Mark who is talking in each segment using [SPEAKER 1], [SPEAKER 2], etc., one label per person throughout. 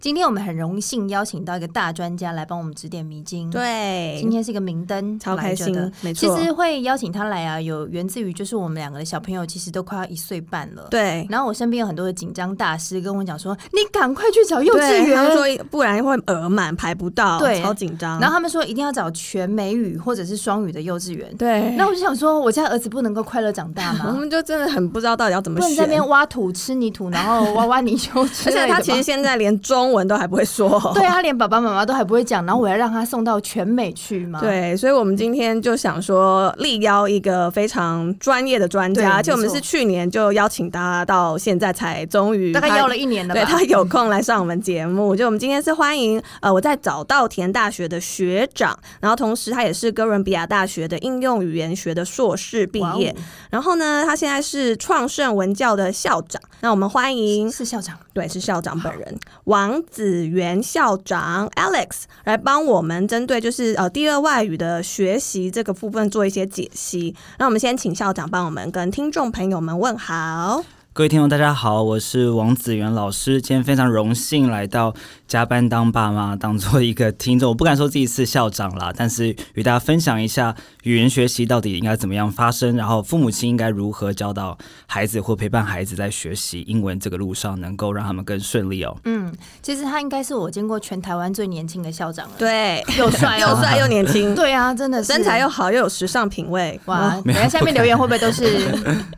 [SPEAKER 1] 今天我们很荣幸邀请到一个大专家来帮我们指点迷
[SPEAKER 2] 嗯
[SPEAKER 1] 津。，
[SPEAKER 2] 对，
[SPEAKER 1] 今天是一个明灯，
[SPEAKER 2] 超开心
[SPEAKER 1] 来着的，
[SPEAKER 2] 没
[SPEAKER 1] 其
[SPEAKER 2] 错。
[SPEAKER 1] 实会邀请他来啊，有源自于就是我们两个的小朋友其实都快要一岁半了。。
[SPEAKER 2] 对，
[SPEAKER 1] 然后我身边有很多的紧张大师跟我讲说：“你赶快去找幼稚
[SPEAKER 2] 对
[SPEAKER 1] 园。”
[SPEAKER 2] 他们说不然会额满排不到，
[SPEAKER 1] 对
[SPEAKER 2] 超紧张。
[SPEAKER 1] 然后他们说一定要找全美语或者是双语的幼稚园。
[SPEAKER 2] 对，
[SPEAKER 1] 那我就想说，我家儿子不能够快乐长 大
[SPEAKER 2] 我
[SPEAKER 1] 吗？
[SPEAKER 2] 们就真的很不知道到底要怎么
[SPEAKER 1] 不能在那
[SPEAKER 2] 选。
[SPEAKER 1] 边挖土、吃泥土，然后挖挖泥鳅之
[SPEAKER 2] 而
[SPEAKER 1] 类的
[SPEAKER 2] 且
[SPEAKER 1] 吧
[SPEAKER 2] 他其实现在连中文都还不会说。
[SPEAKER 1] 对他连爸爸妈妈都还不会讲，然后我要让他送到全美去吗？，
[SPEAKER 2] 对，所以我们今天就想说力邀一个非常专业的专
[SPEAKER 1] 对
[SPEAKER 2] 家，而且我
[SPEAKER 1] 没
[SPEAKER 2] 们
[SPEAKER 1] 错
[SPEAKER 2] 是去年就邀请他到现在才终于
[SPEAKER 1] 大概
[SPEAKER 2] 他
[SPEAKER 1] 要了一年了吧。
[SPEAKER 2] 对他有空来上我们节目， 就我们今天是欢迎呃我在早稻田大学的学长，然后同时他也是哥伦比亚大学的应用语言学的硕士毕
[SPEAKER 1] 哇哦
[SPEAKER 2] 业，然后呢他现在是创盛文教的校长，那我们欢迎
[SPEAKER 1] 是校长，
[SPEAKER 2] 对是校长本人王子元校长 Alex 来帮我们针对就是呃第二外语的学习这个部分做一些解析，那我们先请校长帮我们跟听众朋友们问好。
[SPEAKER 3] 各位听众，大家好，我是王子元老师。今天非常荣幸来到加班当爸妈，当做一个听众，我不敢说自己是校长啦，但是与大家分享一下语言学习到底应该怎么样发生，然后父母亲应该如何教导孩子或陪伴孩子在学习英文这个路上，能够让他们更顺利哦。
[SPEAKER 1] 嗯，其实他应该是我见过全台湾最年轻的校长了，，
[SPEAKER 2] 对，
[SPEAKER 1] 又帅
[SPEAKER 2] 又帅又年轻，
[SPEAKER 1] 对啊，真的是
[SPEAKER 2] 身材又好，又有时尚品味，
[SPEAKER 1] 哇，等一下下面留言会不会都是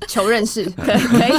[SPEAKER 1] 求认 识？可以可以。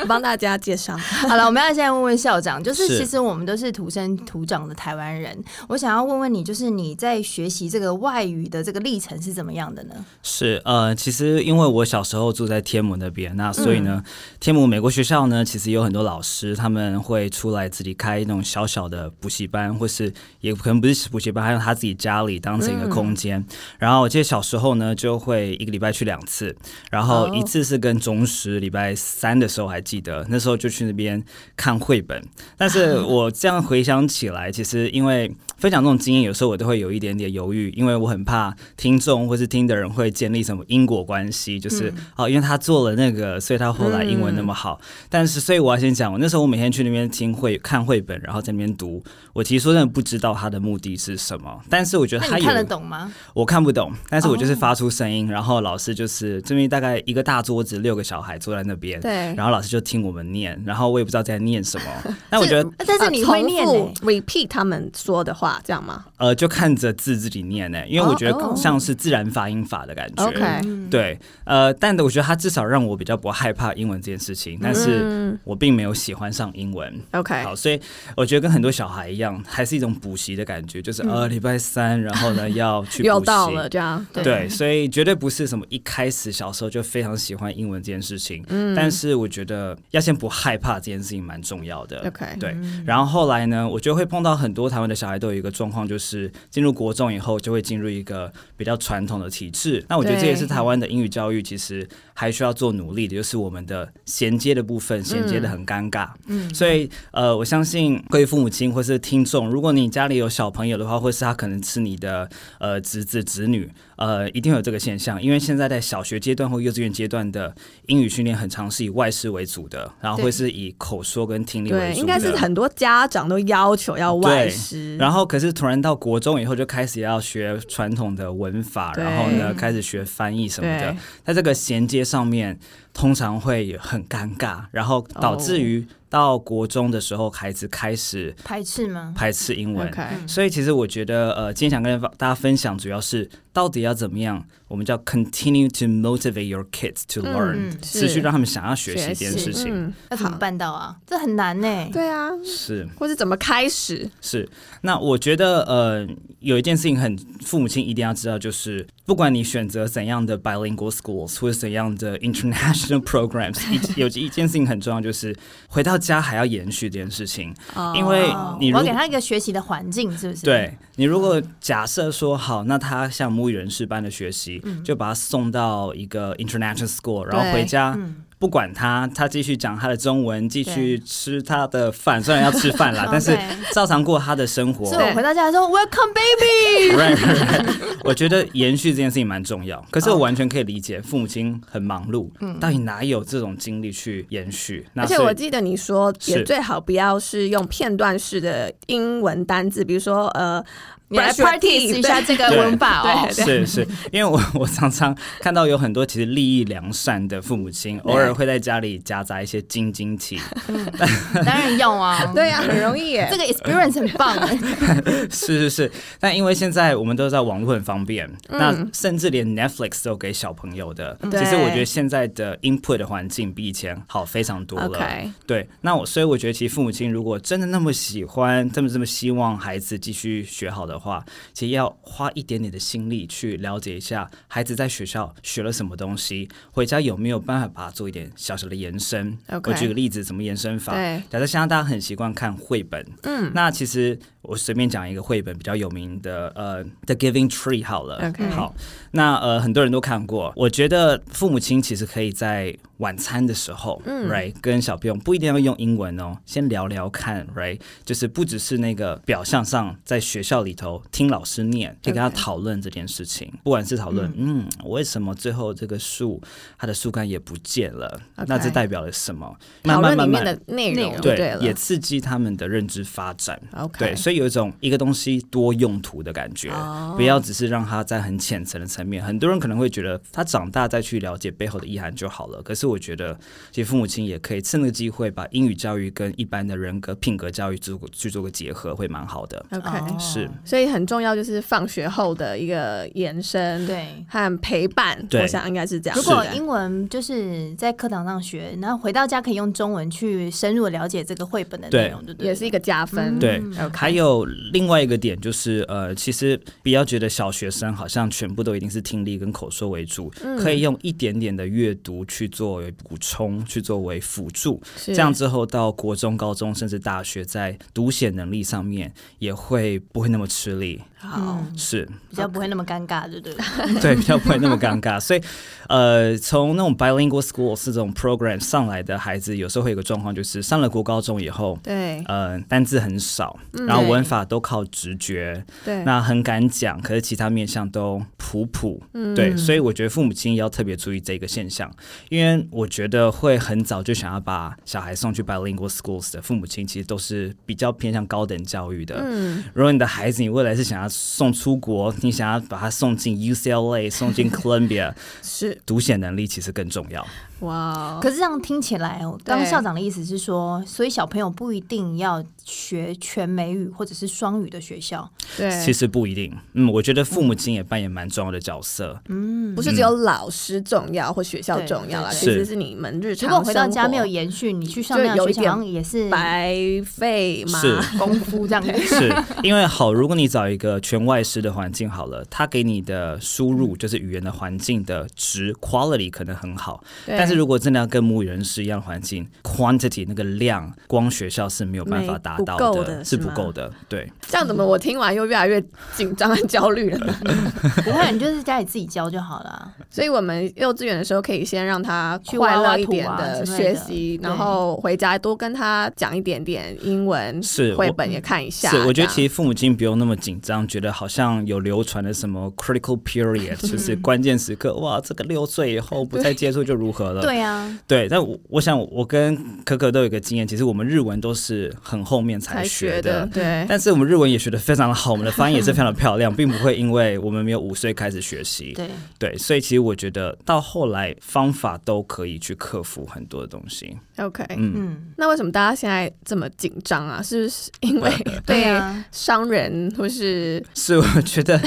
[SPEAKER 2] 我帮大家介绍。
[SPEAKER 1] 好了，我们要现在问问校长，就是
[SPEAKER 3] 是
[SPEAKER 1] 其实我们都是土生土长的台湾人，我想要问问你，就是你在学习这个外语的这个历程是怎么样的呢？
[SPEAKER 3] 是，呃，其实因为我小时候住在天母那边，那所以呢，天母美国学校呢，其实有很多老师他们会出来自己开那种小小的补习班，或是也可能不是补习班，还有他自己家里当成一个空间。然后我记得小时候呢，就会一个礼拜去两次，然后一
[SPEAKER 1] 哦
[SPEAKER 3] 次是跟中师，礼拜三的时候还记得，那时候就去那边看绘本。但是
[SPEAKER 1] 啊
[SPEAKER 3] 我这样回想起来，其实因为分享这种经验，有时候我都会有一点点犹豫，因为我很怕听众或是听的人会建立什么因果关系，
[SPEAKER 1] 嗯
[SPEAKER 3] 就是、哦，因为他做了那个，所以他后来英文那么好。但是，所以我要先讲，我那时候我每天去那边听绘看绘本，然后在那边读，我其实说真的不知道他的目的是什么，但是我觉得
[SPEAKER 1] 那
[SPEAKER 3] 他
[SPEAKER 1] 你
[SPEAKER 3] 有
[SPEAKER 1] 看得懂吗？
[SPEAKER 3] 我看不懂，但是我
[SPEAKER 2] 哦
[SPEAKER 3] 就是发出声音，然后老师就是这边大概一个大桌子，六个小孩坐在那边，
[SPEAKER 2] 对，
[SPEAKER 3] 然后老师就听我们念，然后我也不知道在念什 么，但我觉得
[SPEAKER 1] 这，但是你会念、欸
[SPEAKER 2] 啊重复 repeat 他们说的话，这样吗
[SPEAKER 3] 呃，就看着字自己念呢、哎因为我觉
[SPEAKER 2] 哦
[SPEAKER 3] 得
[SPEAKER 2] 哦
[SPEAKER 3] 像是自然发音法的感觉。
[SPEAKER 2] ？OK，
[SPEAKER 3] 对，呃，但我觉得他至少让我比较不害怕英文这件事情，但是
[SPEAKER 2] 嗯
[SPEAKER 3] 我并没有喜欢上英文。
[SPEAKER 2] ，OK，
[SPEAKER 3] 好，所以我觉得跟很多小孩一样，还是一种补习的感觉，就是、呃，礼拜三，然 后呢要去补习，
[SPEAKER 2] 嗯又到了这样，
[SPEAKER 1] 对
[SPEAKER 3] 对，所以绝对不是什么一开始小时候就非常喜欢英文这件事情，但是我觉得要先不害怕这件事情蛮重要的。
[SPEAKER 2] OK
[SPEAKER 3] 对，然后后来呢，我觉得会碰到很多台湾的小孩都有一个状况，就是进入国中以后就会进入一个比较传统的体制。那我觉得这也是台湾的英语教育其实还需要做努力的，就是我们的衔接的部分衔接的很尴尬。嗯，所以呃，我相信各位父母亲或是听众，如果你家里有小朋友的话，或是他可能是你的呃侄子侄女，呃，一定会有这个现象，因为现在在小学阶段或幼稚园阶段的英语训练，很常是以外事为主的，然后
[SPEAKER 1] 对
[SPEAKER 3] 会是以口说跟听力为
[SPEAKER 2] 对，
[SPEAKER 3] 主的。
[SPEAKER 2] 应该是很多家长都要求要外师，
[SPEAKER 3] 然后可是突然到国中以后就开始要学传统的文法，
[SPEAKER 2] 对
[SPEAKER 3] 然后呢开始学翻译什么的
[SPEAKER 2] 对，
[SPEAKER 3] 在这个衔接上面通常会很尴尬，然后导
[SPEAKER 2] 哦
[SPEAKER 3] 致于到国中的时候，孩子开始
[SPEAKER 1] 排斥吗？
[SPEAKER 3] 排斥英文。
[SPEAKER 2] OK，嗯
[SPEAKER 3] 所以其实我觉得，呃，今天想跟大家分享，主要是到底要怎么样，我们叫 continue to motivate your kids to learn，、
[SPEAKER 1] 嗯
[SPEAKER 3] 持续
[SPEAKER 2] 是
[SPEAKER 3] 让他们想要学习这件事情。
[SPEAKER 2] 嗯
[SPEAKER 1] 要怎么
[SPEAKER 2] 好
[SPEAKER 1] 办到啊？这很难呢、
[SPEAKER 2] 对啊，
[SPEAKER 3] 是
[SPEAKER 2] 或是怎么开 始？
[SPEAKER 3] 是，那我觉得，呃，有一件事情很父母亲一定要知道，就是不管你选择怎样的 bilingual schools 或者怎样的 international programs，一有一件事情很重要，就是回到家还要延续这件事情，因为
[SPEAKER 1] 哦
[SPEAKER 3] 你如
[SPEAKER 1] 我要
[SPEAKER 3] 果
[SPEAKER 1] 给他一个学习的环境，是不是？，
[SPEAKER 3] 对你如果假设说好，那他
[SPEAKER 2] 嗯嗯
[SPEAKER 3] 像母语人士般的学习，就把他送到一个 international school，然后回家。不管他，他继续讲他的中文，继续吃他的饭，虽然要吃饭啦， 但是照常过他的生 活。
[SPEAKER 1] 所以我回到家说 Welcome baby，
[SPEAKER 3] Right, right, right. 我觉得延续这件事情蛮 重要，可是我
[SPEAKER 2] 哦
[SPEAKER 3] 完全可以理解父母亲很忙碌，到底哪有这种精力去延续？那
[SPEAKER 2] 嗯而且
[SPEAKER 3] 所以
[SPEAKER 2] 我记得你说，也
[SPEAKER 3] 是
[SPEAKER 2] 最好不要是用片段式的英文单字，比如说呃，
[SPEAKER 1] 你来
[SPEAKER 2] brush your
[SPEAKER 1] practice
[SPEAKER 2] teeth，
[SPEAKER 1] 一下这个
[SPEAKER 3] 对
[SPEAKER 1] 文法哦。
[SPEAKER 2] 对
[SPEAKER 3] 是是，因为我我 常常看到有很多其实利益良善的父母亲，偶尔会在家里夹杂一些晶晶 体，
[SPEAKER 1] 当然要啊，
[SPEAKER 2] 对，对呀，很容易耶
[SPEAKER 1] 这。个 experience 很棒哎。
[SPEAKER 3] 是是是。但因为现在我们都知道网络很方便，
[SPEAKER 2] 嗯
[SPEAKER 3] 那甚至连 Netflix 都给小朋友的。其实我
[SPEAKER 2] 对
[SPEAKER 3] 觉得现在的 input 的环境比以前好非常多了。
[SPEAKER 2] OK，
[SPEAKER 3] 对，那我所以我觉得，其实父母亲如果真的那么喜欢，这么这么希望孩子继续学好的话，其实要花一点点的心力去了解一下孩子在学校学了什么东西，回家有没有办法把它做一点小小的延伸。
[SPEAKER 2] OK
[SPEAKER 3] 我举个例子，怎么延伸法？
[SPEAKER 2] 对
[SPEAKER 3] 假设现在大家很习惯看绘本，嗯，那其实我随便讲一个绘本比较有名的，呃，《The Giving Tree》好了
[SPEAKER 2] OK
[SPEAKER 3] 好，那呃很多人都看过，我觉得父母亲其实可以在晚餐的时候、r
[SPEAKER 2] 嗯
[SPEAKER 3] i g h t 跟小朋友不一定要用英文哦，先聊聊看，right，就是不只是那个表象上在学校里头听老师念，可以跟他讨论这件事情，不管是讨论，嗯，为什么最后这个树它的树干也不见了
[SPEAKER 2] OK
[SPEAKER 3] 那这代表了什么？
[SPEAKER 2] 讨
[SPEAKER 3] 慢慢
[SPEAKER 2] 论里面
[SPEAKER 3] 慢慢
[SPEAKER 2] 的内
[SPEAKER 1] 内
[SPEAKER 2] 容
[SPEAKER 1] 容
[SPEAKER 2] 就
[SPEAKER 3] 对，
[SPEAKER 2] 了
[SPEAKER 3] 也刺激他们的认知发展。
[SPEAKER 2] OK
[SPEAKER 3] 对，所以有一种一个东西多用途的感觉，
[SPEAKER 2] 哦
[SPEAKER 3] 不要只是让它在很浅层的层面。很多人可能会觉得他长大再去了解背后的意涵就好了，可是我觉得其实父母亲也可以趁这个机会把英语教育跟一般的人格品格教育做去做个结合，会蛮好的。
[SPEAKER 2] OK，
[SPEAKER 1] 哦
[SPEAKER 3] 是。
[SPEAKER 2] 所以很重要就是放学后的一个延伸，
[SPEAKER 1] 对
[SPEAKER 2] 和陪伴，
[SPEAKER 3] 对
[SPEAKER 2] 我想应该是这样。
[SPEAKER 1] 如果
[SPEAKER 2] 是
[SPEAKER 1] 英文就是在课堂上学，然后回到家可以用中文去深入地了解这个绘本的内容，对不对？
[SPEAKER 2] 也是一个加分，
[SPEAKER 3] 对
[SPEAKER 2] 嗯，OK，
[SPEAKER 3] 还有另外一个点就是，呃，其实不要觉得小学生好像全部都一定是听力跟口说为主，
[SPEAKER 2] 嗯
[SPEAKER 3] 可以用一点点的阅读去作为补充，去作为辅助。
[SPEAKER 2] 这
[SPEAKER 3] 这样之后到国中、高中甚至大学，在读写能力上面也会不会那么吃力？
[SPEAKER 2] 好，
[SPEAKER 3] 是，
[SPEAKER 1] 比较不会那么尴尬，对不对？
[SPEAKER 3] 对，比较不会那么尴尬。所以，呃，从那种 bilingual school 是这种 program 上来的孩子，有时候会有个状况，就是上了国高中以后。
[SPEAKER 2] 对
[SPEAKER 3] 呃，单字很少，然后文法都靠直觉，
[SPEAKER 2] 对，
[SPEAKER 3] 那很敢讲，可是其他面向都普普，对，所以我觉得父母亲要特别注意这个现象，因为我觉得会很早就想要把小孩送去 bilingual schools 的父母亲，其实都是比较偏向高等教育的。如果你的孩子你未来是想要送出国，你想要把他送进 UCLA、送进 Columbia，
[SPEAKER 2] 是
[SPEAKER 3] 读写能力其实更重要。
[SPEAKER 2] 哇哦，
[SPEAKER 1] 可是这样听起来哦，
[SPEAKER 2] 对
[SPEAKER 1] 刚刚校长的意思是说，所以小朋友不一定要学全美语或者是双语的学校，
[SPEAKER 2] 对，
[SPEAKER 3] 其实不一定，嗯，我觉得父母亲也扮演蛮重要的角色。
[SPEAKER 2] 不是只有老师重要或学校
[SPEAKER 1] 对
[SPEAKER 2] 重要啦，啊
[SPEAKER 1] 对
[SPEAKER 2] 其
[SPEAKER 3] 对
[SPEAKER 2] 实是你们日
[SPEAKER 1] 如
[SPEAKER 2] 常
[SPEAKER 1] 果回到
[SPEAKER 2] 生
[SPEAKER 1] 家没有
[SPEAKER 2] 活
[SPEAKER 1] 延续，你去上
[SPEAKER 2] 就
[SPEAKER 1] 那样
[SPEAKER 2] 有
[SPEAKER 1] 学
[SPEAKER 2] 一
[SPEAKER 1] 校
[SPEAKER 2] 点
[SPEAKER 1] 好像也是
[SPEAKER 2] 白费嘛，
[SPEAKER 3] 是，
[SPEAKER 1] 功夫这样子。
[SPEAKER 3] 是因为好，如果你找一个全外师的环境好了，他给你的输
[SPEAKER 2] 嗯
[SPEAKER 3] 入就是语言的环境的值 quality 可能很好，
[SPEAKER 2] 对
[SPEAKER 3] 但是如果真的要跟母语人士一样的环境 quantity 那个量，光学校是没有办法
[SPEAKER 2] 没
[SPEAKER 3] 达
[SPEAKER 2] 不
[SPEAKER 3] 到
[SPEAKER 2] 够
[SPEAKER 3] 的，
[SPEAKER 2] 的
[SPEAKER 3] 是
[SPEAKER 2] 是
[SPEAKER 3] 不
[SPEAKER 2] 吗
[SPEAKER 3] 够的。对，
[SPEAKER 2] 这样怎么我听完又越来越紧张和焦虑了呢？
[SPEAKER 1] 不会，你就是家里自己教就好了。
[SPEAKER 2] 所以我们幼稚园的时候可以先让他
[SPEAKER 1] 去
[SPEAKER 2] 快
[SPEAKER 1] 挖挖
[SPEAKER 2] 乐一
[SPEAKER 1] 土
[SPEAKER 2] 点
[SPEAKER 1] 啊
[SPEAKER 2] 的
[SPEAKER 1] 之类
[SPEAKER 2] 学
[SPEAKER 1] 的
[SPEAKER 2] 习，
[SPEAKER 1] 对
[SPEAKER 2] 然后回家多跟他讲一点点英文，
[SPEAKER 3] 是
[SPEAKER 2] 绘
[SPEAKER 3] 我
[SPEAKER 2] 本
[SPEAKER 1] 嗯
[SPEAKER 2] 也看一下。
[SPEAKER 3] 是我觉得
[SPEAKER 2] 实
[SPEAKER 3] 其实父母亲不用那么紧张，觉得好像有流传的什么 critical period，就是关键时刻，哇，这个六岁以后不再接触就如何 了？
[SPEAKER 1] 对啊，
[SPEAKER 3] 对，但我我想我跟可可都有一个经验，其实我们日文都是很后面
[SPEAKER 2] 才
[SPEAKER 3] 才
[SPEAKER 2] 学
[SPEAKER 3] 学
[SPEAKER 2] 的，
[SPEAKER 3] 的。
[SPEAKER 2] 对，
[SPEAKER 1] 嗯
[SPEAKER 3] 但是我们日文也学的非常的好，我们的发音也是非常的漂亮，并不会因为我们没有五岁开始学习，
[SPEAKER 1] 对，
[SPEAKER 3] 对，所以其实我觉得到后来方法都可以去克服很多的东西。
[SPEAKER 2] OK。
[SPEAKER 3] 嗯，
[SPEAKER 1] 嗯，
[SPEAKER 2] 那为什么大家现在这么紧张啊？是不是因为 对
[SPEAKER 1] 啊，
[SPEAKER 2] 商人或是
[SPEAKER 3] 是我觉得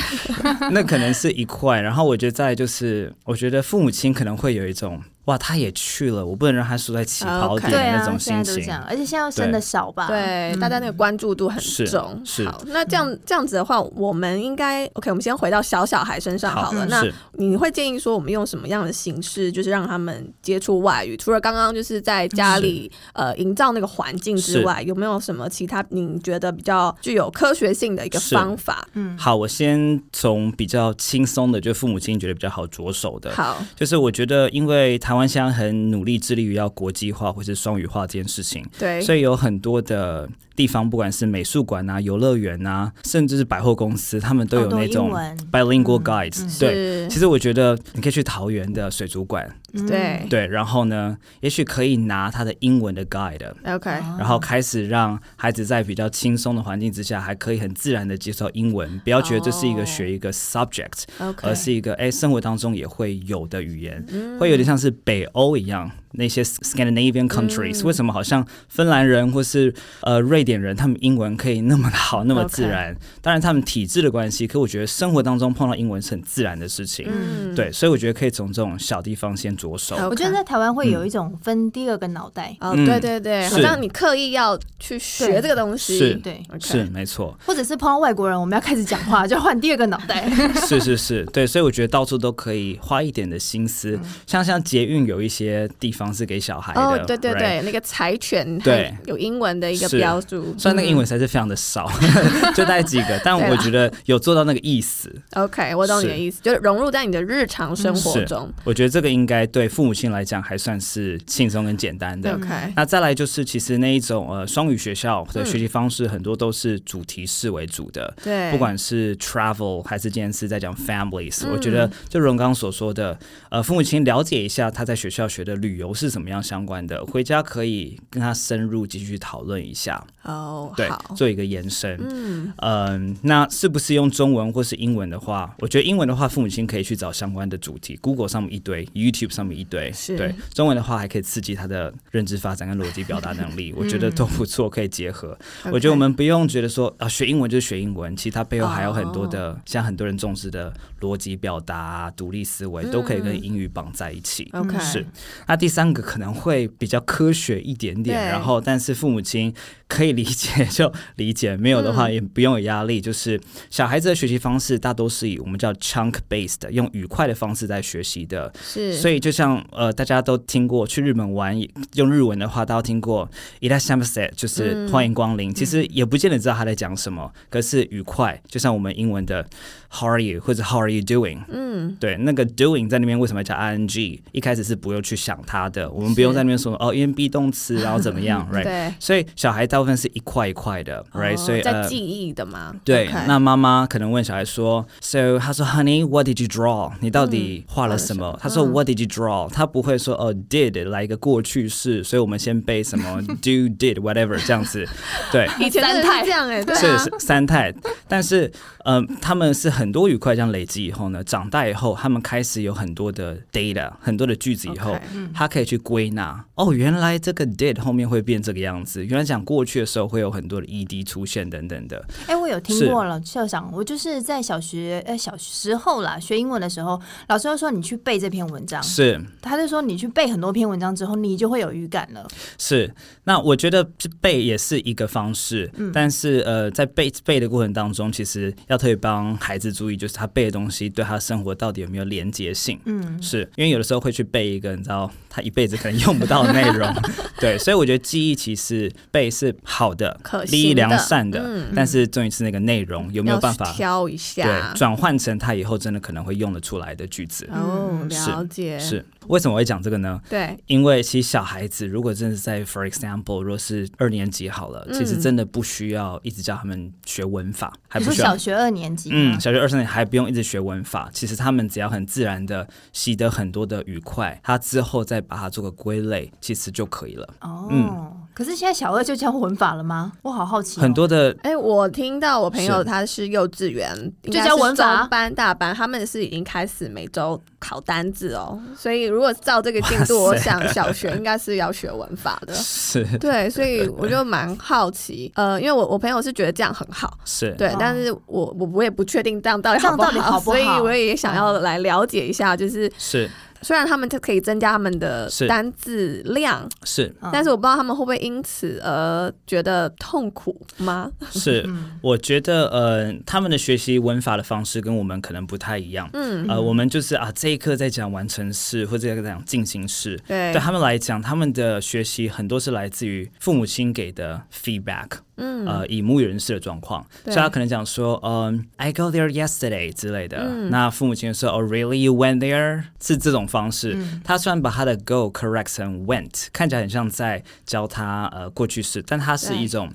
[SPEAKER 3] 那可能是一块，然后我觉得再来就是，我觉得父母亲可能会有一种哇，他也去了，我不能让他输在起跑
[SPEAKER 2] OK
[SPEAKER 3] 点
[SPEAKER 1] 对
[SPEAKER 3] 的那
[SPEAKER 1] 啊，
[SPEAKER 3] 种
[SPEAKER 1] 现在
[SPEAKER 3] 心
[SPEAKER 1] 都是
[SPEAKER 3] 情
[SPEAKER 1] 这。样，而且现在生的少吧？
[SPEAKER 2] 对，大家那个关注度很
[SPEAKER 3] 是
[SPEAKER 2] 重。
[SPEAKER 3] 是
[SPEAKER 2] 好，那这
[SPEAKER 1] 嗯
[SPEAKER 2] 样这样子的话，我们应该 OK。我们先回到小小孩身上好了。那
[SPEAKER 3] 是
[SPEAKER 2] 你会建议说，我们用什么样的形式，就是让他们接触外语？除了刚刚就是在家里呃营造那个环境之外，有没有什么其他你觉得比较具有科学性的一个
[SPEAKER 3] 是
[SPEAKER 2] 方法？
[SPEAKER 1] 嗯
[SPEAKER 3] 好，我先从比较轻松的，就父母亲觉得比较好着手的。
[SPEAKER 2] 好，
[SPEAKER 3] 就是我觉得，因为他台湾现在很努力致力于要国际化或是双语化这件事情，
[SPEAKER 2] 对，
[SPEAKER 3] 所以有很多的地方，不管是美术馆啊、游乐园啊，甚至是百货公司，他们都有那
[SPEAKER 1] 哦
[SPEAKER 3] 种 bilingual
[SPEAKER 1] 嗯
[SPEAKER 3] guides、
[SPEAKER 1] 嗯
[SPEAKER 3] 对，
[SPEAKER 2] 是
[SPEAKER 3] 其实我觉得你可以去桃园的水族馆，
[SPEAKER 1] 嗯
[SPEAKER 2] 对
[SPEAKER 3] 对，然后呢，也许可以拿他的英文的 guide。
[SPEAKER 2] OK，
[SPEAKER 3] 然后开始让孩子在比较轻松的环境之下，还可以很自然的接受英文，不要觉得这是一
[SPEAKER 2] 哦
[SPEAKER 3] 个学一个 subject，、
[SPEAKER 2] OK，
[SPEAKER 3] 而是一个哎生活当中也会有的语言，会有点像是北欧一样那些 Scandinavian countries，、为
[SPEAKER 2] 嗯
[SPEAKER 3] 什么好像芬兰人或是呃瑞典人他们英文可以那么的好，那么
[SPEAKER 2] OK
[SPEAKER 3] 自然？当然他们体质的关系，可我觉得生活当中碰到英文是很自然的事情，
[SPEAKER 2] 嗯，哦
[SPEAKER 3] 对，所以我觉得可以从这种小地方先着手。
[SPEAKER 2] OK
[SPEAKER 1] 我觉得在台湾会有一种分第二个脑袋，
[SPEAKER 2] 哦，
[SPEAKER 3] 嗯
[SPEAKER 2] 对对对，
[SPEAKER 3] 是
[SPEAKER 2] 好像你刻意要去学这个东西，
[SPEAKER 3] 是
[SPEAKER 1] 对，
[SPEAKER 2] OK
[SPEAKER 3] 是没错，
[SPEAKER 1] 或者是碰到外国人，我们要开始讲 话，就换第二个脑袋。
[SPEAKER 3] 是是是，对，所以我觉得到处都可以花一点的心思，像像捷运有一些地方是给小孩的，
[SPEAKER 2] 嗯哦，对对
[SPEAKER 3] right？
[SPEAKER 2] 对，那个柴犬
[SPEAKER 3] 对
[SPEAKER 2] 它有英文的一个
[SPEAKER 3] 是
[SPEAKER 2] 标注，
[SPEAKER 3] 虽然那个英文实在是非常的少， 就带几个，但
[SPEAKER 2] 对啦
[SPEAKER 3] 我觉得有做到那个意思。
[SPEAKER 2] 嗯 OK，我懂你的
[SPEAKER 3] 是
[SPEAKER 2] 意思，就是融入在你的日常生活
[SPEAKER 3] 是
[SPEAKER 2] 中。
[SPEAKER 3] 我觉得这个应该对父母亲来讲还算是轻松跟简单的。
[SPEAKER 1] 嗯
[SPEAKER 2] OK，
[SPEAKER 3] 那再来就是，其实那一种呃双语学校的
[SPEAKER 2] 嗯
[SPEAKER 3] 学习方式，很多都是主题式为主的，
[SPEAKER 2] 对，
[SPEAKER 3] 不管是 travel 还是今天是在讲 families，、
[SPEAKER 2] 嗯
[SPEAKER 3] 我觉得就荣刚所说的，呃，父母亲了解一下他在学校学的旅游是怎么样相关的，回家可以跟他深入继续讨论一下，
[SPEAKER 2] 哦，
[SPEAKER 3] 对
[SPEAKER 2] 好，，
[SPEAKER 3] 做一个延伸。
[SPEAKER 2] 嗯，
[SPEAKER 3] 嗯，那是不是用中文或是英文的话，我觉得英文的话，父母亲可以去找相关的主题，Google 上面一堆，YouTube 上面一堆
[SPEAKER 2] 是，
[SPEAKER 3] 对。中文的话，还可以刺激他的认知发展跟逻辑表达能力，我觉得都不错，可以结 合。我觉得我们不用觉得说啊，学英文就是学英文，其实它背后还有很多
[SPEAKER 2] 哦
[SPEAKER 3] 的，像很多人重视的逻辑表达、独立思维，都可以
[SPEAKER 2] 嗯
[SPEAKER 3] 跟英语绑在一起。
[SPEAKER 1] 嗯
[SPEAKER 2] OK，
[SPEAKER 3] 嗯是，那第三个可能会比较科学一点点，
[SPEAKER 2] 对
[SPEAKER 3] 然后但是父母亲可以理解就理解，没有的话也不用有压力。就是小孩子的学习方式大多是以我们叫 chunk based，用愉快的方式在学习的。
[SPEAKER 2] 是，
[SPEAKER 3] 所
[SPEAKER 2] 以
[SPEAKER 3] 以就像呃大家都听过，去日本玩用日文的话，大家都听过 i r a s h a m a s e 就是
[SPEAKER 2] 嗯
[SPEAKER 3] 欢迎光临。其实也不见得知道他在讲什么，可是愉快，就像我们英文的 How are you 或者 How are you doing，
[SPEAKER 2] 嗯，
[SPEAKER 3] 对，那个 doing 在那边为什么要叫 ing？一开始是不用去想它的，我们不用在那边说哦，因为 be 动词，然后怎么 样，right？
[SPEAKER 2] 对，
[SPEAKER 3] 所以小孩大部分是一块一块的，right？、
[SPEAKER 2] 哦
[SPEAKER 3] 所以
[SPEAKER 2] 在
[SPEAKER 3] 呃
[SPEAKER 2] 记。忆的嘛，
[SPEAKER 3] 对
[SPEAKER 2] OK
[SPEAKER 3] 那妈妈可能问小孩说，So，他说，Honey，what did you draw？你到底画了什么？他说，What did you draw？他不会说，哦，did 来一个过去式，所以我们先背什么 do did whatever 这样子，对，
[SPEAKER 2] 以前真
[SPEAKER 1] 啊
[SPEAKER 2] 的
[SPEAKER 1] 三
[SPEAKER 2] 是
[SPEAKER 1] 态
[SPEAKER 2] 这样哎，对
[SPEAKER 3] 是
[SPEAKER 2] 啊
[SPEAKER 3] 是，三态，但是嗯、呃他们是很多愉快这样累积以后呢，长大以后，他们开始有很多的 data，很多的句子以后
[SPEAKER 2] OK
[SPEAKER 3] 他可以去归纳。哦，原来这个 did 后面会变这个样子，原来讲过去的时候会有很多的 ed 出现等等的。
[SPEAKER 1] 哎、我有听过了，校长，我就是在小学呃小时候啦，学英文的时候，老师就说你去背这篇文章，
[SPEAKER 3] 是
[SPEAKER 1] 他就说你去背很多篇文章之后，你就会有语感了。
[SPEAKER 3] 是，那我觉得背也是一个方式，
[SPEAKER 2] 嗯
[SPEAKER 3] 但是呃，在背背的过程当中，其实要特别帮孩子注意，就是他背的东西对他生活到底有没有连结性。
[SPEAKER 1] 嗯，
[SPEAKER 3] 是因为有的时候会去背一个你知道他一辈子可能用不到的内 容，对，所以我觉得记忆其实背是好的
[SPEAKER 2] 可，
[SPEAKER 3] 利益
[SPEAKER 2] 行的
[SPEAKER 3] 良善的，
[SPEAKER 2] 嗯
[SPEAKER 3] 但是重点是那个内容有没有
[SPEAKER 2] 要
[SPEAKER 3] 办法
[SPEAKER 2] 挑一下
[SPEAKER 3] 对，转换成他以后真的可能会用得出来的句子。
[SPEAKER 2] 哦，
[SPEAKER 3] 嗯是
[SPEAKER 2] 了解，
[SPEAKER 3] 是为什么我会讲这个呢？
[SPEAKER 2] 对，
[SPEAKER 3] 因为其实小孩子如果真的在，for example，如果是二年级好了，其实
[SPEAKER 2] 嗯
[SPEAKER 3] 真的不需要一直叫他们学文 法，还
[SPEAKER 1] 你
[SPEAKER 3] 不
[SPEAKER 1] 说
[SPEAKER 3] 需要
[SPEAKER 1] 小学二年级啊吗，
[SPEAKER 3] 嗯，小学二三年还不用一直学文法，其实他们只要很自然的习得很多的愉快，他之后再把它做个归类，其实就可以了。
[SPEAKER 1] 哦。
[SPEAKER 3] 嗯
[SPEAKER 1] 可是现在小二就教文法了吗？我好好奇哦、
[SPEAKER 3] 很多的
[SPEAKER 2] 哎，我听到我朋友
[SPEAKER 3] 是
[SPEAKER 2] 他是幼稚园，应
[SPEAKER 1] 就
[SPEAKER 2] 该
[SPEAKER 1] 教
[SPEAKER 2] 是
[SPEAKER 1] 文法
[SPEAKER 2] 中班、大班，他们是已经开始每周考单字哦，所以如果照这个进度，我
[SPEAKER 3] 哇。
[SPEAKER 2] 想小学应该是要学文法的
[SPEAKER 3] 是
[SPEAKER 2] 对，所以我就蛮好奇，呃，因为我我朋友是觉得这样很好，
[SPEAKER 3] 是，
[SPEAKER 2] 对
[SPEAKER 1] 哦，
[SPEAKER 2] 但是我我我也不确定这样到底好不
[SPEAKER 1] 这样到底好不好嗯
[SPEAKER 2] 所以我也想要来了解一下，就是
[SPEAKER 3] 是
[SPEAKER 2] 虽然他们就可以增加他们的
[SPEAKER 3] 是
[SPEAKER 2] 单字量，
[SPEAKER 3] 是
[SPEAKER 1] 嗯，
[SPEAKER 2] 但是我不知道他们会不会因此而觉得痛苦吗？
[SPEAKER 3] 是，
[SPEAKER 1] 嗯
[SPEAKER 3] 我觉得呃，他们的学习文法的方式跟我们可能不太一样。
[SPEAKER 2] 嗯，
[SPEAKER 3] 呃，我们就是啊，这一课在讲完成式或者在讲进行式，
[SPEAKER 2] 对
[SPEAKER 3] 对他们来讲，他们的学习很多是来自于父母亲给的 feedback，
[SPEAKER 2] 嗯
[SPEAKER 3] 呃以母语人士的状况，
[SPEAKER 2] 对
[SPEAKER 3] 所以他可能讲说，嗯、i go there yesterday 之类的。
[SPEAKER 2] 嗯
[SPEAKER 3] 那父母亲说，哦、r e a l l y you went there？是这种方式。
[SPEAKER 2] 嗯
[SPEAKER 3] 他虽然把他的 go correct 成 went，看起来很像在教他呃过去式，但它是
[SPEAKER 2] 对
[SPEAKER 3] 一种。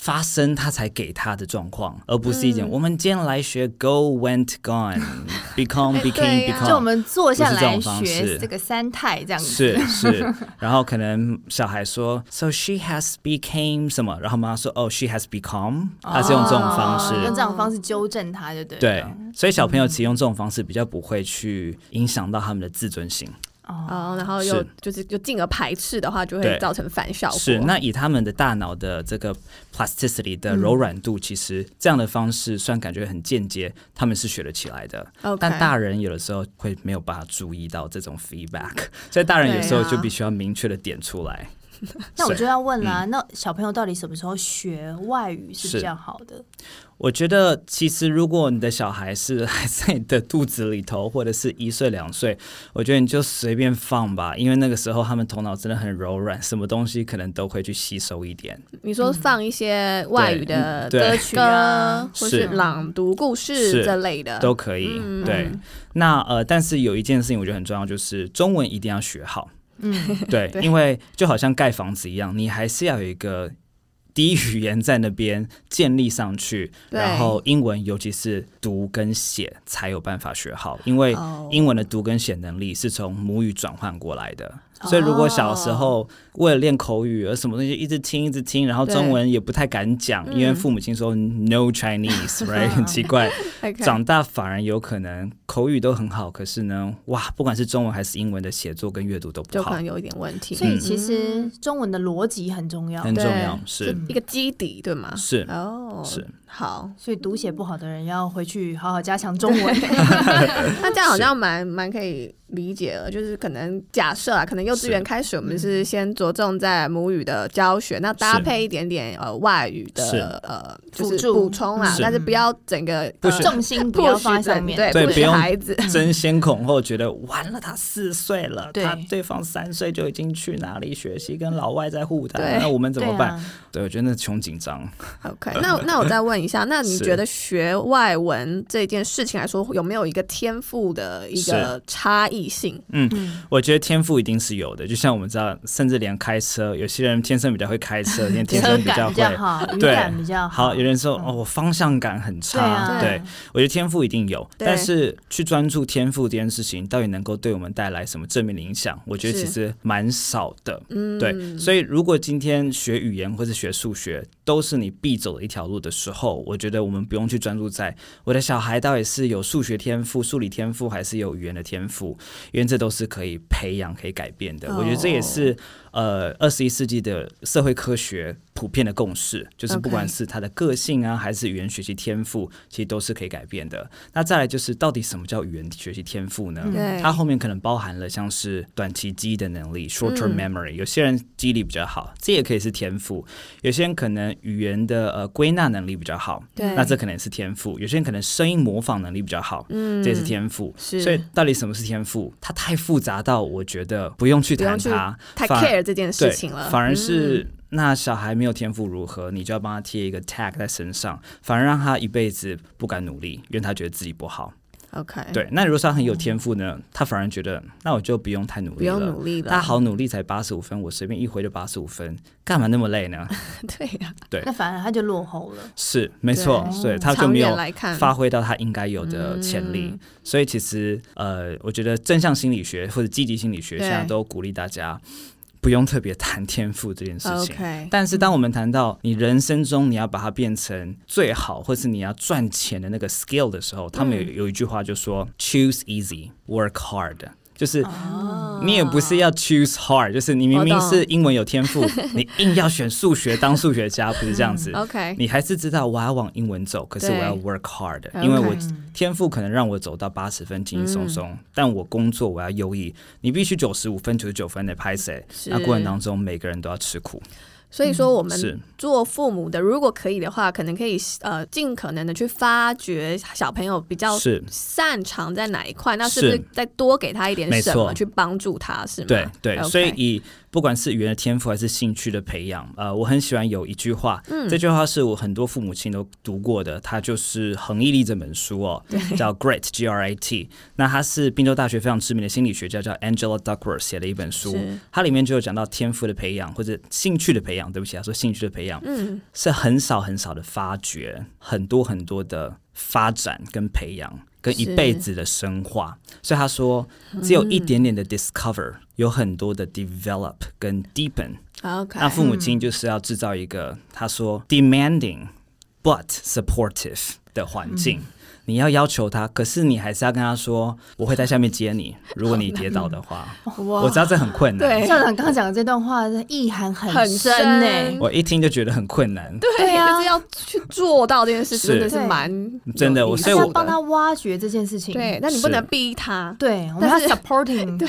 [SPEAKER 3] 发生他才给他的状况，而不是一
[SPEAKER 2] 嗯
[SPEAKER 3] 种、我们今天来学 go went gone become
[SPEAKER 4] 哎
[SPEAKER 3] became
[SPEAKER 4] 对呀
[SPEAKER 3] become，
[SPEAKER 1] 就我们坐下
[SPEAKER 3] 不是这
[SPEAKER 1] 来
[SPEAKER 3] 种方
[SPEAKER 1] 学
[SPEAKER 3] 式
[SPEAKER 1] 这个三态这样子，
[SPEAKER 3] 是是，然后可能小 孩说，so she has became 什么，然后妈妈说，哦、s h e has become，她
[SPEAKER 2] 哦
[SPEAKER 3] 是用这种方式。
[SPEAKER 1] 哦用这种方式纠正他就对了。
[SPEAKER 3] 对，所以小朋友其实用这种方式比较不会去影响到他们的自尊心。
[SPEAKER 2] 哦，然后又
[SPEAKER 3] 是
[SPEAKER 2] 就是就进而排斥的话，就会
[SPEAKER 3] 对
[SPEAKER 2] 造成反效果。
[SPEAKER 3] 是，那以他们的大脑的这个 plasticity 的柔软度，其实这样的方式虽然感觉很间接，他们是学得起来的。
[SPEAKER 2] OK
[SPEAKER 3] 但大人有的时候会没有办法注意到这种 feedback，所以大人有时候
[SPEAKER 2] 对啊
[SPEAKER 3] 就必须要明确的点出来。
[SPEAKER 1] 那我
[SPEAKER 3] 是嗯
[SPEAKER 1] 就要问啦，那小朋友到底什么时候学外语是比
[SPEAKER 3] 是嗯
[SPEAKER 1] 较好的？
[SPEAKER 3] 我觉得，其实如果你的小孩是还在你的肚子里头，或者是一岁两岁，我觉得你就随便放吧，因为那个时候他们头脑真的很柔软，什么东西可能都会去吸收一点。
[SPEAKER 2] 你说放一些外语的
[SPEAKER 3] 对嗯
[SPEAKER 2] 歌
[SPEAKER 3] 对
[SPEAKER 2] 曲
[SPEAKER 1] 歌
[SPEAKER 2] 啊，或是
[SPEAKER 3] 是
[SPEAKER 2] 朗读故事
[SPEAKER 3] 是
[SPEAKER 2] 这类的，
[SPEAKER 3] 都可以。
[SPEAKER 2] 嗯
[SPEAKER 3] 对，那呃，但是有一件事情我觉得很重要，就是中文一定要学好。
[SPEAKER 1] 嗯，
[SPEAKER 3] 对，
[SPEAKER 2] 对
[SPEAKER 3] 因为就好像盖房子一样，你还是要有一个第一语言在那边建立上去，
[SPEAKER 2] 对
[SPEAKER 3] 然后英文尤其是读跟写才有办法学好，因为
[SPEAKER 2] 哦
[SPEAKER 3] 英文的读跟写能力是从母语转换过来的。
[SPEAKER 2] 哦
[SPEAKER 3] 所以，如果小时候为了练口语而什么东西一直听一直听，然后
[SPEAKER 2] 对
[SPEAKER 3] 中文也不太敢讲，因为
[SPEAKER 2] 嗯
[SPEAKER 3] 父母亲说 no Chinese，right 很奇怪，
[SPEAKER 2] OK
[SPEAKER 3] 长大反而有可能口语都很好，可是呢，哇，不管是中文还是英文的写作跟阅读都不
[SPEAKER 2] 就可
[SPEAKER 3] 好嗯
[SPEAKER 2] 能，有一点问题，
[SPEAKER 1] 所以其实中文的逻辑很重要，
[SPEAKER 3] 很重要
[SPEAKER 2] 对，
[SPEAKER 3] 是
[SPEAKER 2] 一个基底对吗？
[SPEAKER 3] 是
[SPEAKER 2] 哦，
[SPEAKER 3] 是，
[SPEAKER 2] 好，
[SPEAKER 1] 所以读写不好的人要回去好好加强中文。
[SPEAKER 2] 那这样好像蛮蛮可以理解了，就是可能假设啊，可能幼稚园
[SPEAKER 3] 是
[SPEAKER 2] 开始，我们是先着重在母语的教学，那搭
[SPEAKER 3] 嗯是
[SPEAKER 2] 配一点点呃外语
[SPEAKER 3] 是
[SPEAKER 2] 的呃就
[SPEAKER 1] 辅
[SPEAKER 2] 是
[SPEAKER 1] 助
[SPEAKER 2] 补充啦，
[SPEAKER 1] 是
[SPEAKER 2] 但是不要整个
[SPEAKER 3] 不
[SPEAKER 2] 呃
[SPEAKER 3] 是
[SPEAKER 1] 重心不要
[SPEAKER 2] push
[SPEAKER 1] 放在上
[SPEAKER 2] 整
[SPEAKER 1] 面，
[SPEAKER 2] 对，
[SPEAKER 3] 对
[SPEAKER 2] 不
[SPEAKER 3] 不
[SPEAKER 2] 许
[SPEAKER 3] 用
[SPEAKER 2] 孩子，
[SPEAKER 3] 争先恐后，觉得完了，他四岁了，
[SPEAKER 1] 对
[SPEAKER 3] 他对方三岁就已经去哪里学习，跟老外在互打
[SPEAKER 2] 对，
[SPEAKER 3] 那我们怎
[SPEAKER 1] 对
[SPEAKER 3] 么办？
[SPEAKER 1] 啊，
[SPEAKER 3] 对，我觉得那穷紧张。
[SPEAKER 2] OK，那那我再问一下，那你
[SPEAKER 3] 是
[SPEAKER 2] 觉得学外文这件事情来说，有没有一个天赋的一个差异性？
[SPEAKER 1] 嗯，
[SPEAKER 3] 我觉得天赋一定是有的，就像我们知道，甚至连开车，有些人天生比较会 开车，有些人天
[SPEAKER 1] 车
[SPEAKER 3] 生比
[SPEAKER 1] 感
[SPEAKER 3] 较
[SPEAKER 1] 比较
[SPEAKER 3] 会。
[SPEAKER 1] 好，语
[SPEAKER 3] 对
[SPEAKER 1] 感比较
[SPEAKER 3] 好，有人说哦，我方向感很
[SPEAKER 1] 对啊，
[SPEAKER 3] 差，对，我觉得天赋一定有，
[SPEAKER 2] 对
[SPEAKER 3] 但是去专注天赋这件事情，到底能够对我们带来什么正面的影响？我觉得
[SPEAKER 2] 是
[SPEAKER 3] 其实蛮少的。
[SPEAKER 2] 嗯，
[SPEAKER 3] 对，所以如果今天学语言或是学数学都是你必走的一条路的时候，我觉得我们不用去专注在我的小孩到底是有数学天赋、数理天赋，还是有语言的天赋，因为这都是可以培养、可以改变的。我觉得这也是呃二十一世纪的社会科学普遍的共识，就是不
[SPEAKER 2] OK
[SPEAKER 3] 管是他的个性啊，还是语言学习天赋，其实都是可以改变的。那再来就是到底什么叫语言学习天赋呢？
[SPEAKER 1] 嗯
[SPEAKER 2] 对
[SPEAKER 3] 它后面可能包含了像是短期记忆的能力 （short-term
[SPEAKER 2] 嗯
[SPEAKER 3] memory），、有些人记忆力比较好，这也可以是天赋；有些人可能语言的呃归纳能力比较好，
[SPEAKER 2] 对
[SPEAKER 3] 那这可能也是天赋；有些人可能声音模仿能力比较好，
[SPEAKER 2] 嗯
[SPEAKER 3] 这也是天赋。
[SPEAKER 2] 是
[SPEAKER 3] 所以到底什么是天赋？它太复杂到我觉得不用去
[SPEAKER 2] 不用
[SPEAKER 3] 谈
[SPEAKER 2] 去
[SPEAKER 3] 它，
[SPEAKER 2] 太
[SPEAKER 3] 反而
[SPEAKER 2] care 这件事情了，嗯
[SPEAKER 3] 对反而是、那小孩没有天赋如何，你就要帮他贴一个 tag 在身上，反而让他一辈子不敢努力，因为他觉得自己不好。
[SPEAKER 2] 嗯 OK，，
[SPEAKER 3] 对，那如果说他很有天赋呢，他反而觉得那我就不用太努
[SPEAKER 2] 嗯不
[SPEAKER 3] 力
[SPEAKER 2] 用
[SPEAKER 3] 了。
[SPEAKER 2] 努力了，
[SPEAKER 3] 他，好努力才八十五分，我随便一回就八十五分，干嘛那么累呢？
[SPEAKER 2] 对呀、
[SPEAKER 1] 那反而他就落后了。
[SPEAKER 3] 是没错，
[SPEAKER 2] 对
[SPEAKER 3] 所以
[SPEAKER 2] 啊，
[SPEAKER 3] 他就
[SPEAKER 2] 长
[SPEAKER 3] 没有
[SPEAKER 2] 远来看，
[SPEAKER 3] 发挥到他应该有的潜力。
[SPEAKER 2] 嗯
[SPEAKER 3] 所以其实呃，我觉得正向心理学或者积极心理学
[SPEAKER 2] 对
[SPEAKER 3] 现在都鼓励大家不用特别谈天赋这件事情。
[SPEAKER 2] OK，
[SPEAKER 3] 但是，当我们谈到你人生中你要把它变成最好，或是你要赚钱的那个 skill 的时候，他们
[SPEAKER 2] 嗯
[SPEAKER 3] 有有一句话就说 choose easy, work hard，就是
[SPEAKER 1] 哦
[SPEAKER 3] 你也不是要 choose hard，就是你明明
[SPEAKER 2] 我懂
[SPEAKER 3] 是英文有天赋， 你硬要选数学当数学家，不是这样 子。
[SPEAKER 2] 哦 OK，
[SPEAKER 3] 你还是知道我要往英文走，可是
[SPEAKER 2] 对
[SPEAKER 3] 我要 work hard，
[SPEAKER 2] OK
[SPEAKER 3] 因为我
[SPEAKER 1] 嗯
[SPEAKER 3] 天赋可能让我走到八十分轻轻松松，
[SPEAKER 2] 嗯
[SPEAKER 3] 但我工作我要优异，你必须九十五分、九十九分的拍谁？
[SPEAKER 2] 是
[SPEAKER 3] 那过程当中每个人都要吃苦，
[SPEAKER 2] 所以说我们
[SPEAKER 3] 是
[SPEAKER 2] 做父母的，如果可以的话，可能可以呃，尽可能的去发掘小朋友比较
[SPEAKER 3] 是。
[SPEAKER 2] 擅长在哪一块，那是不是
[SPEAKER 3] 是
[SPEAKER 2] 再多给他一点什
[SPEAKER 3] 没
[SPEAKER 2] 么
[SPEAKER 3] 错
[SPEAKER 2] 去帮助他，是吗？
[SPEAKER 3] 对对
[SPEAKER 2] OK
[SPEAKER 3] 所以以不管是语言的天赋还是兴趣的培养，呃，我很喜欢有一句话，
[SPEAKER 2] 嗯
[SPEAKER 3] 这句话是我很多父母亲都读过的，它就是《恒毅力》这本书哦，叫 Great G R A T。那它是宾州大学非常知名的心理学家叫 Angela Duckworth 写的一本书
[SPEAKER 2] 是，
[SPEAKER 3] 它里面就有讲到天赋的培养或者兴趣的培养，对不起，他啊说兴趣的培养，
[SPEAKER 5] 嗯，
[SPEAKER 3] 是很少很少的发掘，很多很多的发展跟培养，跟一
[SPEAKER 2] 是
[SPEAKER 3] 辈子的深化。所以他说，只有一点点的 discover，、有很多的 develop 跟 deepen。
[SPEAKER 2] OK，
[SPEAKER 3] 那父母亲就是要制造一个他说 demanding but supportive 的环境。你要要求他，可是你还是要跟他说，我会在下面接你。如果你跌倒的话，我知道这很困难。
[SPEAKER 2] 对
[SPEAKER 1] 校长刚刚讲的这段话的意涵
[SPEAKER 2] 很
[SPEAKER 1] 很欸
[SPEAKER 2] 深
[SPEAKER 1] 呢、
[SPEAKER 3] 我一听就觉得很困难。
[SPEAKER 1] 对啊
[SPEAKER 2] 就是要去做到这件事，
[SPEAKER 3] 是
[SPEAKER 2] 真的是
[SPEAKER 1] 对
[SPEAKER 2] 蛮
[SPEAKER 3] 真的
[SPEAKER 2] 有
[SPEAKER 3] 我
[SPEAKER 2] 艺
[SPEAKER 1] 而且
[SPEAKER 3] 所以
[SPEAKER 2] 术
[SPEAKER 1] 要
[SPEAKER 3] 我
[SPEAKER 1] 帮他挖掘这件事情。
[SPEAKER 2] 对，那你不
[SPEAKER 3] 是
[SPEAKER 2] 能逼他，
[SPEAKER 1] 对，我们要
[SPEAKER 2] 但是
[SPEAKER 1] supporting
[SPEAKER 2] 对，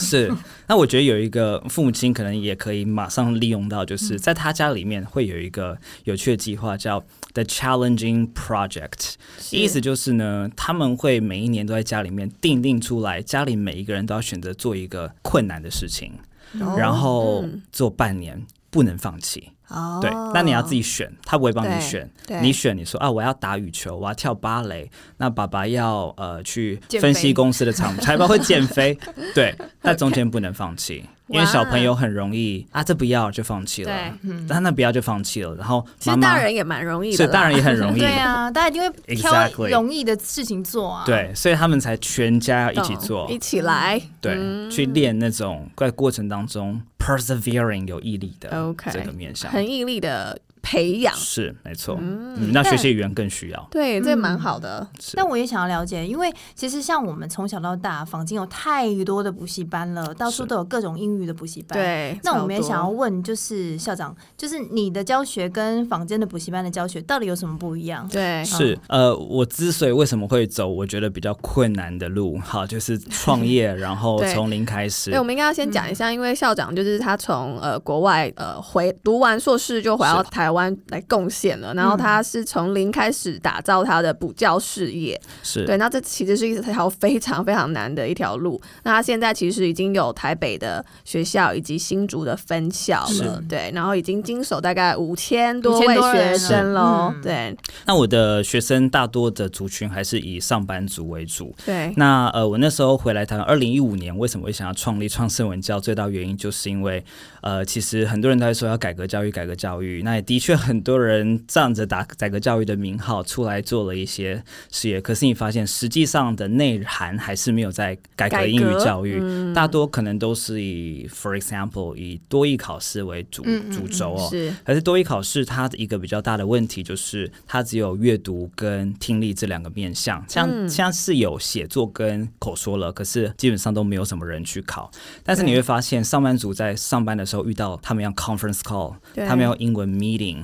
[SPEAKER 3] 是，那我觉得有一个父母亲可能也可以马上利用到，就是在他家里面会有一个有趣的计划叫 The Challenging Project，意思就是呢，他们会每一年都在家里面定定出来，家里每一个人都要选择做一个困难的事情，
[SPEAKER 2] 嗯
[SPEAKER 3] 然
[SPEAKER 2] 哦
[SPEAKER 3] 后做半年，不能放弃。
[SPEAKER 5] 哦
[SPEAKER 3] 对，那你要自己选，他不会帮
[SPEAKER 2] 对
[SPEAKER 3] 你选
[SPEAKER 2] 对。
[SPEAKER 3] 你选，你说啊，我要打羽球，我要跳芭蕾。那爸爸要呃去
[SPEAKER 2] 减
[SPEAKER 3] 分
[SPEAKER 2] 肥
[SPEAKER 3] 析公司的厂，财报会减 肥。对，那中间不能放弃，因为小朋友很容易啊，这不要就放弃了
[SPEAKER 2] 对，嗯
[SPEAKER 3] 但那不要就放弃了。然后
[SPEAKER 2] 其
[SPEAKER 3] 妈
[SPEAKER 2] 实
[SPEAKER 3] 妈
[SPEAKER 2] 大人也蛮容易的
[SPEAKER 3] 是
[SPEAKER 2] 啦，
[SPEAKER 3] 大人也很 容易。
[SPEAKER 1] 对啊，大家一定会挑
[SPEAKER 3] Exactly
[SPEAKER 1] 容易的事情做啊。
[SPEAKER 3] 对，所以他们才全家要一起
[SPEAKER 2] 懂
[SPEAKER 3] 做
[SPEAKER 2] 哦一，起嗯来。
[SPEAKER 3] 对，去练那种在过程当中 persevering 有毅力的
[SPEAKER 2] OK
[SPEAKER 3] 这个面向，
[SPEAKER 2] 很毅力的培养，
[SPEAKER 3] 是没错。嗯，那学习语言更需要。
[SPEAKER 2] 对，这
[SPEAKER 1] 嗯
[SPEAKER 2] 蛮好的。
[SPEAKER 3] 是
[SPEAKER 1] 但我也想要了解，因为其实像我们从小到大，坊间有太多的补习班了，到处
[SPEAKER 3] 是
[SPEAKER 1] 都有各种英语的补习班。。
[SPEAKER 2] 对，
[SPEAKER 1] 那我们也
[SPEAKER 2] 超多
[SPEAKER 1] 想要问，就是校长，就是你的教学跟坊间的补习班的教学到底有什么不一样？
[SPEAKER 2] 对
[SPEAKER 3] 是，呃，我之所以为什么会走我觉得比较困难的路，哈，就是创业，然后
[SPEAKER 2] 对
[SPEAKER 3] 从零开始
[SPEAKER 2] 对，哎我。们应该要先讲一
[SPEAKER 1] 嗯
[SPEAKER 2] 下，因为校长就是他从呃国外呃回读完硕士就回到台湾来贡献了，然后他是从零开始打造他的补教事业。
[SPEAKER 3] 是
[SPEAKER 2] 对，那这其实是一条非常非常难的一条路。那他现在其实已经有台北的学校以及新竹的分校了，对，然后已经经手大概五千多
[SPEAKER 1] 5000
[SPEAKER 2] 位
[SPEAKER 1] 多人
[SPEAKER 2] 学
[SPEAKER 1] 了
[SPEAKER 2] 生喽，
[SPEAKER 1] 嗯
[SPEAKER 2] 对
[SPEAKER 3] 那我的学生大多的族群还是以上班族为主。
[SPEAKER 2] 对，
[SPEAKER 3] 那呃，我那时候回来台湾，二零一五年为什么会想要创立创盛文教？最大原因就是因为，呃，其实很多人都在说要改革教育，改革教育。那也的确很多人仗着打改革教育的名号出来做了一些事业，可是你发现实际上的内涵还是没有在改革英语教
[SPEAKER 1] 嗯
[SPEAKER 3] 育，大多可能都是以，for example，以多益考试为主
[SPEAKER 1] 嗯嗯
[SPEAKER 3] 主轴哦。
[SPEAKER 2] 是
[SPEAKER 3] 可是多益考试它的一个比较大的问题就是，它只有阅读跟听力这两个面向，
[SPEAKER 2] 嗯
[SPEAKER 3] 像像是有写作跟口说了，可是基本上都没有什么人去考。但是你会发现，上班族在上班的时候遇到他们要 conference call，
[SPEAKER 2] 对嗯
[SPEAKER 3] 他们要英文 meeting，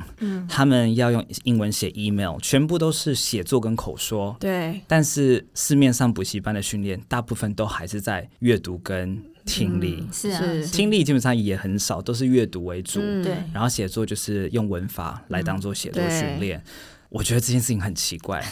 [SPEAKER 3] 他们要用英文写 email，全部都是写作跟口说。
[SPEAKER 2] 对
[SPEAKER 3] 但是市面上补习班的训练，大部分都还是在阅读跟听力。
[SPEAKER 2] 嗯
[SPEAKER 1] 是啊，
[SPEAKER 2] 是
[SPEAKER 3] 听力基本上也很少，都是阅读为主。
[SPEAKER 2] 嗯
[SPEAKER 1] 对，
[SPEAKER 3] 然后写作就是用文法来当做写作训练。我觉得这件事情很奇怪，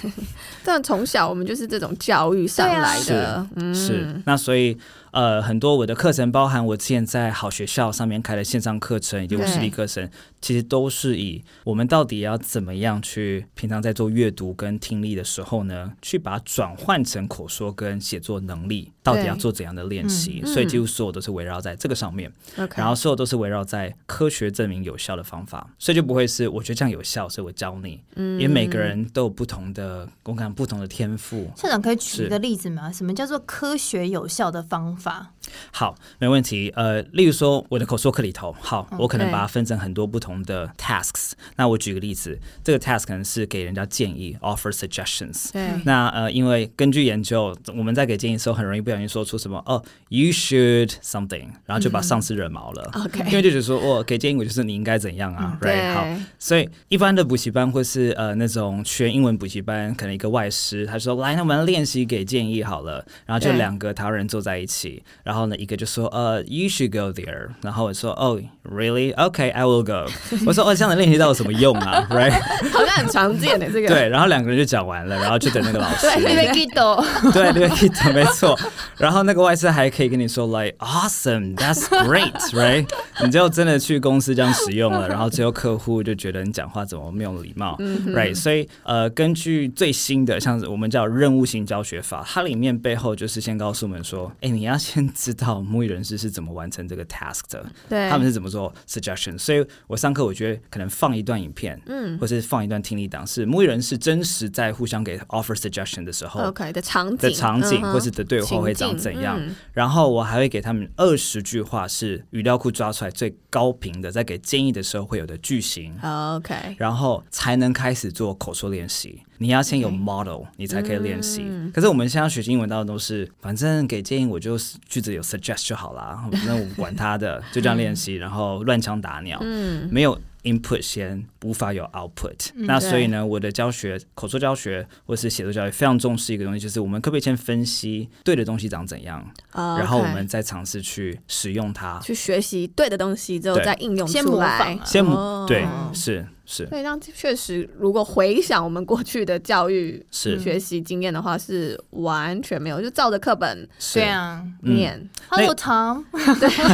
[SPEAKER 2] 但从小我们就是这种教育上
[SPEAKER 1] 对啊
[SPEAKER 2] 来
[SPEAKER 3] 是
[SPEAKER 2] 的，嗯，
[SPEAKER 3] 是那所以呃，很多我的课程，包含我之前在好学校上面开的线上课程以及我
[SPEAKER 2] 对
[SPEAKER 3] 实体课程，其实都是以我们到底要怎么样去平常在做阅读跟听力的时候呢，去把它转换成口说跟写作能力，到底要做怎样的练习？
[SPEAKER 2] 嗯
[SPEAKER 3] 所以几乎所有都是围绕在这个上面。
[SPEAKER 2] OK，
[SPEAKER 3] 然后所有都是围绕在科学证明有效的方法，所以就不会是我觉得这样有效，所以我教你。嗯，因为每个人都有不同的，我感不同的天赋。
[SPEAKER 1] 校长可以举一
[SPEAKER 3] 是
[SPEAKER 1] 个例子吗？什么叫做科学有效的方法？
[SPEAKER 3] 好，没问题。呃，例如说我的口说课里头，好，我可能把它分成很多不同的 tasks。那我举个例子，这个 task 可能是给人家建议，offer suggestions。
[SPEAKER 2] 对
[SPEAKER 3] 那呃，因为根据研究，我们在给建议的时候，很容易不小心说出什么哦，you should something，然后就把上司惹毛了。
[SPEAKER 2] OK
[SPEAKER 3] 嗯因为就觉得说，哦，给建议我就是你应该怎样啊，right？好，
[SPEAKER 2] 对
[SPEAKER 3] 所以一般的补习班或是呃呃那种全英文补习班，可能一个外师，他说来，那我们练习给建议好了，然后就
[SPEAKER 2] 对
[SPEAKER 3] 两个台湾人坐在一起，然后呢一个就说呃 you should go there，然后我说哦 really OK I will go，我说哦这样的练习到底有什么用啊 right
[SPEAKER 2] 好像很常见欸的这个。
[SPEAKER 3] 对，然后两个人就讲完了，然后就等那个老 师，
[SPEAKER 1] 因为 Gido
[SPEAKER 3] 对，你可以懂，没错。然后那个外师还可以跟你说，like awesome，that's great，right？你就真的去公司这样使用了，然后最后客户就觉得你讲话怎么没有礼貌、r
[SPEAKER 2] 嗯
[SPEAKER 3] i g h t 所以呃，根据最新的，像是我们叫任务型教学法，它里面背后就是先告诉我们说，哎，你要先知道母语人士是怎么完成这个 task 的，
[SPEAKER 2] 对
[SPEAKER 3] 他们是怎么做 suggestion。所以我上课我觉得可能放一段影片，嗯，或是放一段听力档，是母语人士真实在互相给 offer suggestion 的时候
[SPEAKER 2] OK 哦的场景
[SPEAKER 3] 的场景
[SPEAKER 2] 嗯哼
[SPEAKER 3] 或是的对话会长怎样。
[SPEAKER 2] 情境嗯
[SPEAKER 3] 然后我还会给他们二十句话是语料库抓出来最高频的，在给建议的时候会有的句型。
[SPEAKER 2] OK，
[SPEAKER 3] 然后才能开始做口说练习。你要先有 model，你才可以练习。
[SPEAKER 1] 嗯
[SPEAKER 3] 可是我们现在学英文，到的都是反正给建议，我就句子有 suggest 就好啦，那我管他的，就这样练习，然后乱枪打鸟，
[SPEAKER 1] 嗯
[SPEAKER 3] 没有 input 先无法有 output。那所以呢，我的教学口说教学或是写作教学非常重视一个东西，就是我们可不可以先分析对的东西长怎样，
[SPEAKER 2] 呃
[SPEAKER 3] 然后我
[SPEAKER 2] OK
[SPEAKER 3] 们再尝试去使用它。
[SPEAKER 1] 哦
[SPEAKER 2] 去学习对的东西之后
[SPEAKER 3] 对
[SPEAKER 2] 再应用
[SPEAKER 1] 先
[SPEAKER 2] 出
[SPEAKER 1] 模
[SPEAKER 2] 来
[SPEAKER 1] 仿啊。
[SPEAKER 3] 先、
[SPEAKER 2] 哦
[SPEAKER 3] 对，是
[SPEAKER 1] 嗯
[SPEAKER 3] 是
[SPEAKER 2] 所以让确实，如果回想我们过去的教育
[SPEAKER 3] 是
[SPEAKER 2] 学习经验的话，是完全没有，就照着课本
[SPEAKER 3] 是
[SPEAKER 1] 对。啊
[SPEAKER 3] 嗯
[SPEAKER 2] 念。
[SPEAKER 1] ，Hello Tom，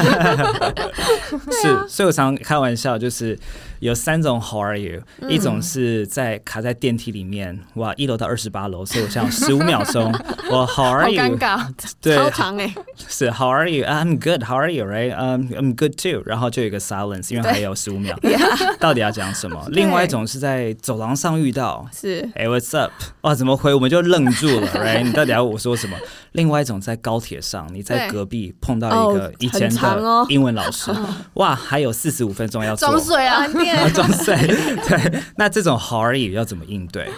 [SPEAKER 1] 啊
[SPEAKER 3] 是，所以我常开玩笑，就是有三种 How are you，、一
[SPEAKER 1] 嗯
[SPEAKER 3] 种是在卡在电梯里面，哇，一楼到二十八楼，所以我想十五秒 钟，我 How
[SPEAKER 1] 好
[SPEAKER 3] are
[SPEAKER 1] 尴
[SPEAKER 3] you？
[SPEAKER 1] 尬，
[SPEAKER 3] 对，
[SPEAKER 2] 超长 哎、
[SPEAKER 3] 是 How are you？I'm good. How are you? Right? Um, I'm good too. 然后就有一个 silence，因为还有十 五秒，到底要讲什么？另外一种是在走廊上遇到，
[SPEAKER 2] 是
[SPEAKER 3] 哎、w h a t s up？哇，怎么回？我们就愣 住了，right？你到底要我说什么？另外一种在高铁上，你在
[SPEAKER 2] 对
[SPEAKER 3] 隔壁碰到一个
[SPEAKER 2] 哦
[SPEAKER 3] 以前
[SPEAKER 2] 很长哦嗯
[SPEAKER 3] 的英文 老师，哇，还有四十五分钟要做，
[SPEAKER 1] 装水啊，
[SPEAKER 3] 啊装睡。对，那这种 how are you 要怎么应对？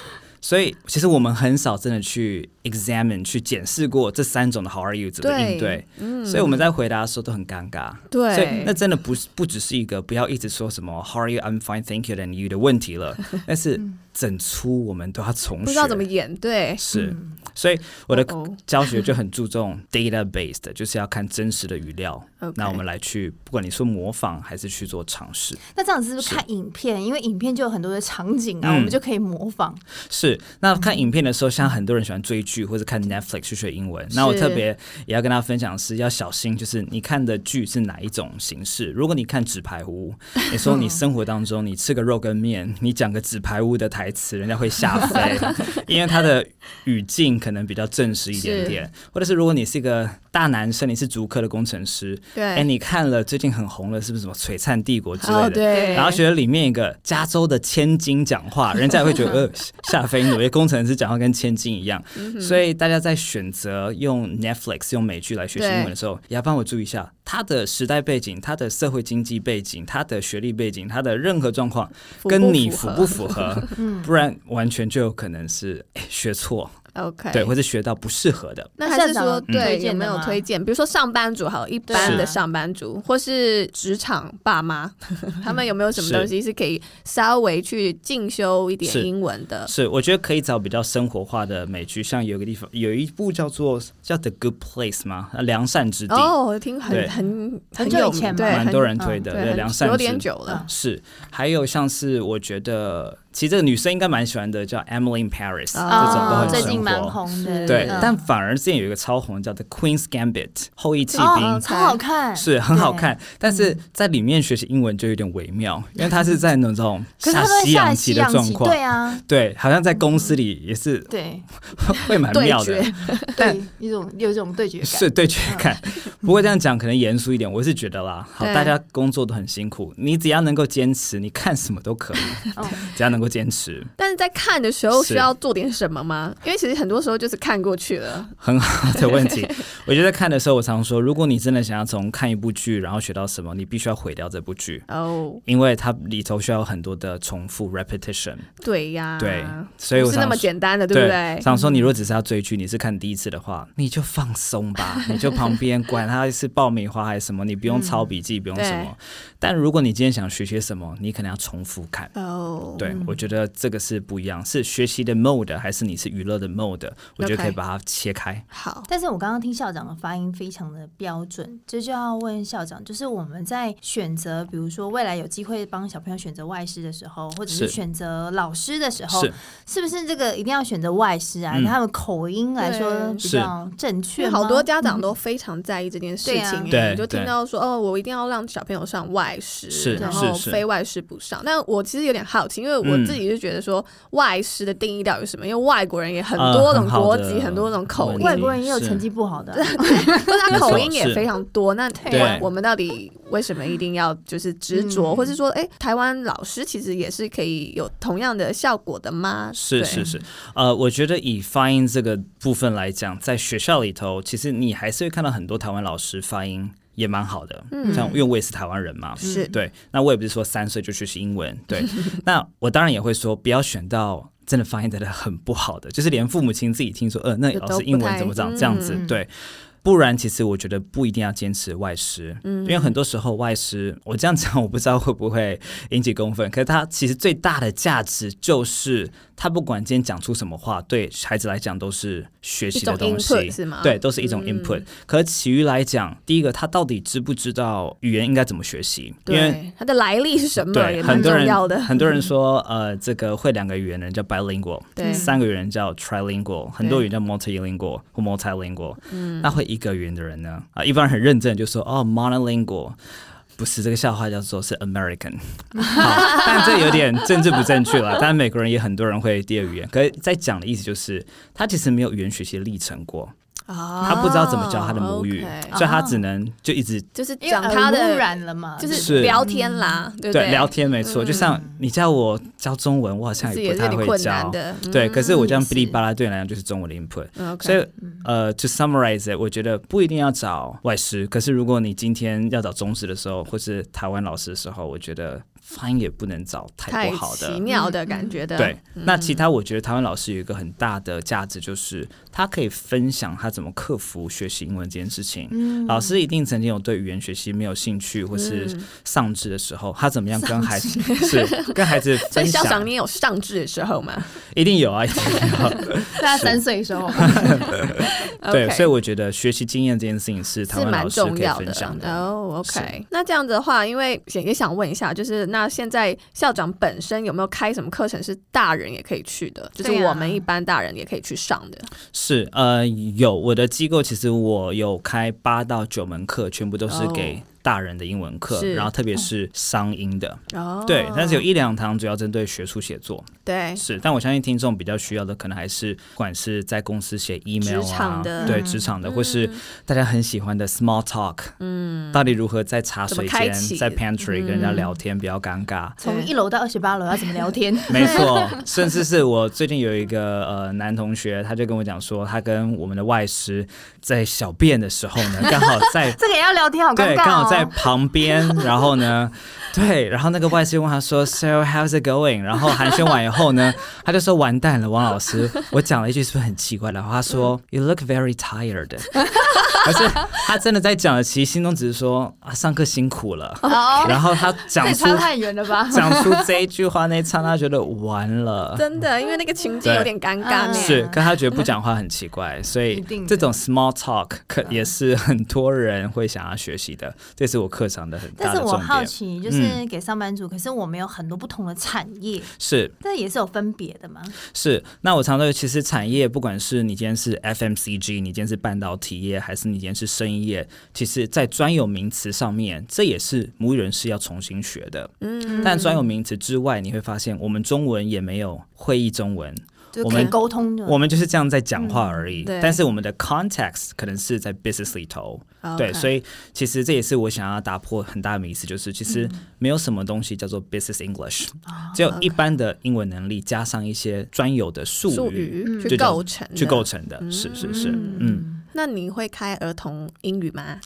[SPEAKER 3] 所以其实我们很少真的去 examine 去检视过这三种的 how are you 怎么应对，所以我们在回答的时候都很尴尬。
[SPEAKER 2] 嗯对
[SPEAKER 3] 所以那真的不是不只是一个不要一直说什么 how are you I'm fine thank you and you 的问题 了，但是整出我们都要重学，
[SPEAKER 2] 不知道怎么演，对，
[SPEAKER 3] 是，所以我的
[SPEAKER 2] 哦哦
[SPEAKER 3] 教学就很注重 data based，就是要看真实的语料
[SPEAKER 2] OK
[SPEAKER 3] 那我们来去不管你说模仿还是去做尝试。
[SPEAKER 1] 那这样子是不是看影片？因为影片就有很多的场景
[SPEAKER 3] 嗯
[SPEAKER 1] 啊，我们就可以模仿。
[SPEAKER 3] 是，
[SPEAKER 2] 嗯
[SPEAKER 3] 那看影片的时候，像很多人喜欢追剧或者看 Netflix 去学英文。那我
[SPEAKER 2] 是
[SPEAKER 3] 特别也要跟大家分享的是要小心，就是你看的剧是哪一种形式。如果你看《纸 牌屋》，你说你生活当中你吃个肉跟面，你讲个《纸牌屋》的台词，人家会吓 飞，因为它的语境可能比较正式一点
[SPEAKER 2] 是
[SPEAKER 3] 点。或者是如果你是一个大男生，你是足科的工程师，哎、
[SPEAKER 2] 对，
[SPEAKER 3] 你看了最近很红了，是不是什么《璀璨帝国》之类
[SPEAKER 2] 哦
[SPEAKER 3] 的？
[SPEAKER 2] 对，
[SPEAKER 3] 然后学里面一个加州的千金讲 话，人家也会觉得呃吓飞你，因为工程师讲话跟千金一样。
[SPEAKER 2] 嗯
[SPEAKER 3] 所以大家在选择用 Netflix 用美剧来学习
[SPEAKER 2] 对
[SPEAKER 3] 英文的时候，也要帮我注意一下他的时代背景、他的社会经济背景、他的学历背景、他的任何状况
[SPEAKER 2] 符不
[SPEAKER 3] 跟你符
[SPEAKER 2] 符
[SPEAKER 3] 不
[SPEAKER 2] 合
[SPEAKER 3] 符 合，
[SPEAKER 2] 嗯
[SPEAKER 3] 不然完全就有可能是哎学错，
[SPEAKER 2] OK
[SPEAKER 3] 对，或者学到不适合的。
[SPEAKER 2] 那还
[SPEAKER 1] 校
[SPEAKER 2] 是
[SPEAKER 1] 长
[SPEAKER 2] 说，
[SPEAKER 1] 有嗯
[SPEAKER 2] 对
[SPEAKER 1] 推
[SPEAKER 2] 有
[SPEAKER 1] 荐
[SPEAKER 2] 没
[SPEAKER 1] 的
[SPEAKER 2] 有
[SPEAKER 1] 吗
[SPEAKER 2] 推荐？比如说上班族，好，一般
[SPEAKER 3] 是
[SPEAKER 2] 的上班族，或是职场爸妈， 他们有没有什么东西是可以稍微去进修一点
[SPEAKER 3] 是
[SPEAKER 2] 英文的？
[SPEAKER 3] 是，我觉得可以找比较生活化的美剧，像有一个地方有一部叫做叫《The Good Place》吗？呃良善之地。
[SPEAKER 2] 哦，我听很
[SPEAKER 3] 对
[SPEAKER 2] 很
[SPEAKER 1] 很久
[SPEAKER 2] 有
[SPEAKER 1] 以
[SPEAKER 2] 名
[SPEAKER 1] 前嘛
[SPEAKER 2] 对，
[SPEAKER 3] 蛮
[SPEAKER 2] 很
[SPEAKER 3] 多人推
[SPEAKER 1] 嗯
[SPEAKER 3] 的，
[SPEAKER 2] 对
[SPEAKER 3] 对，
[SPEAKER 2] 很
[SPEAKER 3] 良善
[SPEAKER 2] 有
[SPEAKER 3] 之
[SPEAKER 2] 点久了，
[SPEAKER 3] 是，还有像是我觉得，其实这个女生应该蛮喜欢的，叫 Emily in Paris，、
[SPEAKER 2] 啊
[SPEAKER 3] 这种都
[SPEAKER 1] 哦
[SPEAKER 3] 很
[SPEAKER 1] 最
[SPEAKER 3] 生
[SPEAKER 1] 近蛮
[SPEAKER 3] 活。
[SPEAKER 1] 红的，
[SPEAKER 3] 对，
[SPEAKER 1] 嗯
[SPEAKER 3] 但反而之前有一个超红的叫 The Queen's Gambit 后羿弃兵。
[SPEAKER 1] 哦，嗯超好看，
[SPEAKER 3] 是很好看，但是在里面学习英文就有点微妙，因为它是在那种
[SPEAKER 1] 可是他
[SPEAKER 3] 下
[SPEAKER 1] 们
[SPEAKER 3] 西洋
[SPEAKER 1] 下
[SPEAKER 3] 棋
[SPEAKER 1] 西
[SPEAKER 3] 的
[SPEAKER 1] 洋
[SPEAKER 3] 状
[SPEAKER 1] 棋，
[SPEAKER 3] 况，
[SPEAKER 1] 对啊，
[SPEAKER 3] 对，好像在公司里也是
[SPEAKER 1] 对
[SPEAKER 3] 会嗯蛮
[SPEAKER 2] 对
[SPEAKER 3] 妙的，
[SPEAKER 2] 决
[SPEAKER 3] 但
[SPEAKER 1] 对，一种有一种对决感，
[SPEAKER 3] 是对，去看。不过这样讲可能严肃一点，我是觉得啦，
[SPEAKER 2] 嗯
[SPEAKER 3] 好，
[SPEAKER 2] 对
[SPEAKER 3] 大家工作都很辛苦，你只要能够坚持，你看什么都可以，
[SPEAKER 2] 嗯
[SPEAKER 1] 哦
[SPEAKER 3] 只要能够坚持，
[SPEAKER 2] 但是在看的时候
[SPEAKER 3] 是
[SPEAKER 2] 需要做点什么吗？因为其实很多时候就是看过去了，
[SPEAKER 3] 很好的问题。我觉得在看的时候，我常说，如果你真的想要从看一部剧然后学到什么，你必须要毁掉这部剧。
[SPEAKER 2] 哦，
[SPEAKER 3] 因为它里头需要有很多的重复 repetition，、
[SPEAKER 2] 对呀，
[SPEAKER 3] 对，所以我
[SPEAKER 2] 啊不是那
[SPEAKER 3] 常
[SPEAKER 2] 么
[SPEAKER 3] 说
[SPEAKER 2] 简单的，对不对？嗯
[SPEAKER 3] 想说你如果只是要追剧，你是看第一次的话，你就
[SPEAKER 2] 嗯
[SPEAKER 3] 放松吧，你就旁边管它是爆米花还是什么，你不用抄笔记，不用什么。但如果你今天想学些什么，你可能要重复看。
[SPEAKER 2] 哦，
[SPEAKER 3] 对，我觉得这个是不一样，是学习的 mode 还是你是娱乐的 mode？我觉得可以
[SPEAKER 2] OK
[SPEAKER 3] 把它切开。
[SPEAKER 2] 好，
[SPEAKER 1] 但是我刚刚听校长的发音非常的标准，这就要问校长，就是我们在选择，比如说未来有机会帮小朋友选择外师的时候，或者是
[SPEAKER 3] 是
[SPEAKER 1] 选择老师的时候，
[SPEAKER 3] 是
[SPEAKER 1] 是不是这个一定要选择外师啊？
[SPEAKER 3] 嗯
[SPEAKER 1] 他们口音来说
[SPEAKER 2] 对
[SPEAKER 1] 比较正
[SPEAKER 2] 因
[SPEAKER 1] 确
[SPEAKER 2] 为
[SPEAKER 1] 吗，嗯
[SPEAKER 2] 好多家长都非常在意这件事
[SPEAKER 1] 对啊
[SPEAKER 2] 情、
[SPEAKER 3] 对
[SPEAKER 2] 欸，你就听
[SPEAKER 3] 对
[SPEAKER 2] 到说哦，我一定要让小朋友上外
[SPEAKER 3] 是
[SPEAKER 2] 师，然
[SPEAKER 1] 是
[SPEAKER 2] 后
[SPEAKER 3] 是
[SPEAKER 2] 非外师不上。但我其实有点好奇，因为我
[SPEAKER 3] 嗯
[SPEAKER 2] 自己是觉得说外师的定义到底是什么？因为外国人也很
[SPEAKER 3] 呃
[SPEAKER 2] 多
[SPEAKER 3] 很
[SPEAKER 2] 种
[SPEAKER 3] 好
[SPEAKER 2] 国
[SPEAKER 3] 的
[SPEAKER 2] 籍，很多种口
[SPEAKER 3] 问
[SPEAKER 2] 音
[SPEAKER 3] 题，
[SPEAKER 1] 嗯外国人也有
[SPEAKER 3] 是
[SPEAKER 1] 成绩不 好的啊、
[SPEAKER 2] 但是他
[SPEAKER 3] 没
[SPEAKER 2] 口
[SPEAKER 3] 错
[SPEAKER 2] 音也
[SPEAKER 3] 是
[SPEAKER 2] 非常多。那啊
[SPEAKER 1] 对
[SPEAKER 2] 我我们到底为什么一定要就是执着，
[SPEAKER 1] 嗯
[SPEAKER 2] 或是说，哎、台湾老师其实也是可以有同样的效果的吗？
[SPEAKER 3] 是
[SPEAKER 2] 对
[SPEAKER 3] 是是，呃，我觉得以发音这个部分来讲，在学校里头，其实你还是会看到很多台湾老师发音也蛮好的，
[SPEAKER 2] 嗯
[SPEAKER 3] 像因为我也是台湾人嘛，
[SPEAKER 2] 是
[SPEAKER 3] 对，那我也不是说三岁就学习英文， 对，那我当然也会说不要选到。真的发音真的很不好的，就是连父母亲自己听说，呃，那
[SPEAKER 2] 就
[SPEAKER 3] 老
[SPEAKER 2] 都
[SPEAKER 3] 师
[SPEAKER 2] 不
[SPEAKER 3] 英文
[SPEAKER 2] 太
[SPEAKER 3] 怎么长这样子？
[SPEAKER 1] 嗯
[SPEAKER 3] 对，不然其实我觉得不一定要坚持外师，
[SPEAKER 2] 嗯
[SPEAKER 3] 因为很多时候外师，我这样讲我不知道会不会引起公愤，可是它其实最大的价值就是他不管今天讲出什么话，对孩子来讲都是学
[SPEAKER 2] 一
[SPEAKER 3] 习的
[SPEAKER 2] 种
[SPEAKER 3] 东西
[SPEAKER 2] input，是吗？嗯
[SPEAKER 3] 对，，都是一种 input、可是其余来讲，第一个他到底知不知道语言应该怎么学习？因为
[SPEAKER 2] 对，它的来历是什么
[SPEAKER 3] 对
[SPEAKER 2] 也
[SPEAKER 3] 很
[SPEAKER 2] 蛮
[SPEAKER 3] 多
[SPEAKER 2] 重
[SPEAKER 3] 人
[SPEAKER 2] 要
[SPEAKER 1] 嗯
[SPEAKER 2] 的。嗯
[SPEAKER 3] 很多人说，呃，这个会两个语言的人叫 bilingual，
[SPEAKER 2] 对
[SPEAKER 3] 三个语言叫 trilingual，很多语言叫 multilingual 或 multilingual。那
[SPEAKER 2] 嗯
[SPEAKER 3] 会一个语言的人呢？啊、一般人很认真地就说哦 monolingual。不是这个笑话叫做是 American，好， 但这有点政治不正确了。但美国人也很多人会第二语言，可是在讲的意思就是他其实没有语言学习的历程过，他
[SPEAKER 2] 他
[SPEAKER 3] 不知道怎么教他的母语，所以
[SPEAKER 2] 啊
[SPEAKER 3] 他只能就一直
[SPEAKER 2] 就是
[SPEAKER 1] 哦因为
[SPEAKER 2] 讲
[SPEAKER 1] 耳
[SPEAKER 2] 他
[SPEAKER 1] 濡
[SPEAKER 2] 的
[SPEAKER 1] 目，染嗯了嘛，
[SPEAKER 2] 就是是聊天啦，对不
[SPEAKER 3] 对
[SPEAKER 2] 对？
[SPEAKER 3] 聊天没错。就像你叫我教中文，我好像
[SPEAKER 2] 是
[SPEAKER 3] 也
[SPEAKER 2] 也嗯
[SPEAKER 3] 不
[SPEAKER 2] 是
[SPEAKER 3] 太
[SPEAKER 2] 有
[SPEAKER 3] 会
[SPEAKER 2] 点困
[SPEAKER 3] 教
[SPEAKER 2] 难。的，
[SPEAKER 3] 对，可是我这样
[SPEAKER 2] 嗯
[SPEAKER 3] 哔哩吧啦对你来讲就是中文的 input，
[SPEAKER 2] 是嗯，OK
[SPEAKER 3] 所以呃，to summarize，it，我觉得不一定要找外师，可是如果你今天要找中师的时候，或是台湾老师的时候，我觉得发音也不能找太
[SPEAKER 2] 太
[SPEAKER 3] 不好
[SPEAKER 2] 奇
[SPEAKER 3] 的。
[SPEAKER 2] 妙嗯的感觉的，
[SPEAKER 3] 对，那其他我觉得台湾老师有一个很大的价值，就是他可以分享他怎么克服学习英文这件事情。
[SPEAKER 1] 嗯
[SPEAKER 3] 老师一定曾经有对语言学习没有兴趣或是
[SPEAKER 2] 嗯
[SPEAKER 3] 上智的时候，他怎么样跟孩子 是跟孩子
[SPEAKER 2] 所
[SPEAKER 3] 分
[SPEAKER 2] 以校
[SPEAKER 3] 享
[SPEAKER 2] 长，你，也有上智的时候吗？
[SPEAKER 3] 一定有啊，一定有。
[SPEAKER 1] 大家三岁的时候，
[SPEAKER 3] 对，
[SPEAKER 2] OK
[SPEAKER 3] 所以我觉得学习经验这件事情是台
[SPEAKER 2] 是
[SPEAKER 3] 湾
[SPEAKER 2] 蛮
[SPEAKER 3] 老师
[SPEAKER 2] 重
[SPEAKER 3] 可以
[SPEAKER 2] 要
[SPEAKER 3] 分享的。
[SPEAKER 2] 哦、o k 那这样子的话，因为也也想问一下，就是那现在校长本身有没有开什么课程是大人也可以去的，就是
[SPEAKER 1] 对啊
[SPEAKER 2] 我们一般大人也可以去上的？
[SPEAKER 3] 是呃，有我的机构，其实我有开八到九门课，全部都是
[SPEAKER 2] 哦
[SPEAKER 3] 给大人的英文课，
[SPEAKER 2] 是
[SPEAKER 3] 然后特别是商音的，
[SPEAKER 2] 哦、
[SPEAKER 3] 对，但是有一两堂主要针对学术写作，
[SPEAKER 2] 对
[SPEAKER 3] 是，但我相信听众比较需要的，可能还是不管是在公司写 email 啊，
[SPEAKER 2] 职场的
[SPEAKER 3] 对
[SPEAKER 1] 嗯
[SPEAKER 3] 职场的，或是大家很喜欢的 small talk，嗯，到底如何在茶
[SPEAKER 2] 怎么
[SPEAKER 3] 水
[SPEAKER 2] 开
[SPEAKER 3] 间、
[SPEAKER 2] 启嗯
[SPEAKER 3] 在 pantry 跟人家聊天，比较尴尬。
[SPEAKER 1] 从一楼到二十八楼要怎么聊 天？
[SPEAKER 3] 没错，甚至是我最近有一个呃男同学，他就跟我讲说，他跟我们的外师在小便的时 候呢，刚好在
[SPEAKER 1] 这个也要聊天，好尴尬、哦。
[SPEAKER 3] 对，刚 好在旁边，然后呢， 对，然后那个外师问他说，So how's it going？然后寒暄完以后呢， 他就说完蛋了，王老师，我讲了一句是不是很奇怪的话？他说、You look very tired。可是他真的在讲的，其实心中只是说啊，上课辛苦了。
[SPEAKER 1] 好，
[SPEAKER 3] 然后哦他
[SPEAKER 1] 这
[SPEAKER 3] 讲
[SPEAKER 1] 也
[SPEAKER 3] 出
[SPEAKER 1] 差太远了吧？
[SPEAKER 3] 讲出这一句话那一刹那，觉得完了。
[SPEAKER 2] 真的，因为那个情境
[SPEAKER 3] 对
[SPEAKER 2] 有点尴尬呢。
[SPEAKER 1] 嗯
[SPEAKER 3] 是，可他觉得不讲话很奇怪，所
[SPEAKER 1] 一
[SPEAKER 3] 以
[SPEAKER 1] 定的嗯
[SPEAKER 3] 这种 small talk 可也是很多人会想要学习的，这是我课程的很
[SPEAKER 1] 但
[SPEAKER 3] 大
[SPEAKER 1] 是
[SPEAKER 3] 的
[SPEAKER 1] 我
[SPEAKER 3] 重
[SPEAKER 1] 好
[SPEAKER 3] 点。嗯
[SPEAKER 1] 奇，就是给上班族，可是我们有很多不同的产业，
[SPEAKER 3] 是
[SPEAKER 1] 但也是有分别的嘛？
[SPEAKER 3] 是，那我常说，其实产业不管是你今天是 FMCG，你今天是半导体业，还是你今天是生意业，其实在专有名词上面，这也是母语人士要重新学的。
[SPEAKER 2] 嗯
[SPEAKER 3] 但专有名词之外，你会发现我们中文也没有会议中文，
[SPEAKER 1] 就
[SPEAKER 3] 我
[SPEAKER 1] 可以
[SPEAKER 3] 们
[SPEAKER 1] 沟通的。
[SPEAKER 3] 我们就是这样在讲话而已。
[SPEAKER 2] 嗯对
[SPEAKER 3] 但是我们的 context 可能是在 business 里头。对，所
[SPEAKER 2] 以
[SPEAKER 3] 以其实这也是我想要打破很大的迷思，就是
[SPEAKER 2] 嗯
[SPEAKER 3] 其实没有什么东西叫做 business English，、只
[SPEAKER 2] 哦
[SPEAKER 3] 有一般的英文能力加上一些专有的术
[SPEAKER 2] 术
[SPEAKER 3] 语
[SPEAKER 2] 语
[SPEAKER 3] 就
[SPEAKER 2] 去
[SPEAKER 3] 叫
[SPEAKER 2] 构成的，
[SPEAKER 3] 去构成的。是是是，嗯，
[SPEAKER 2] 那你会开儿童英语吗？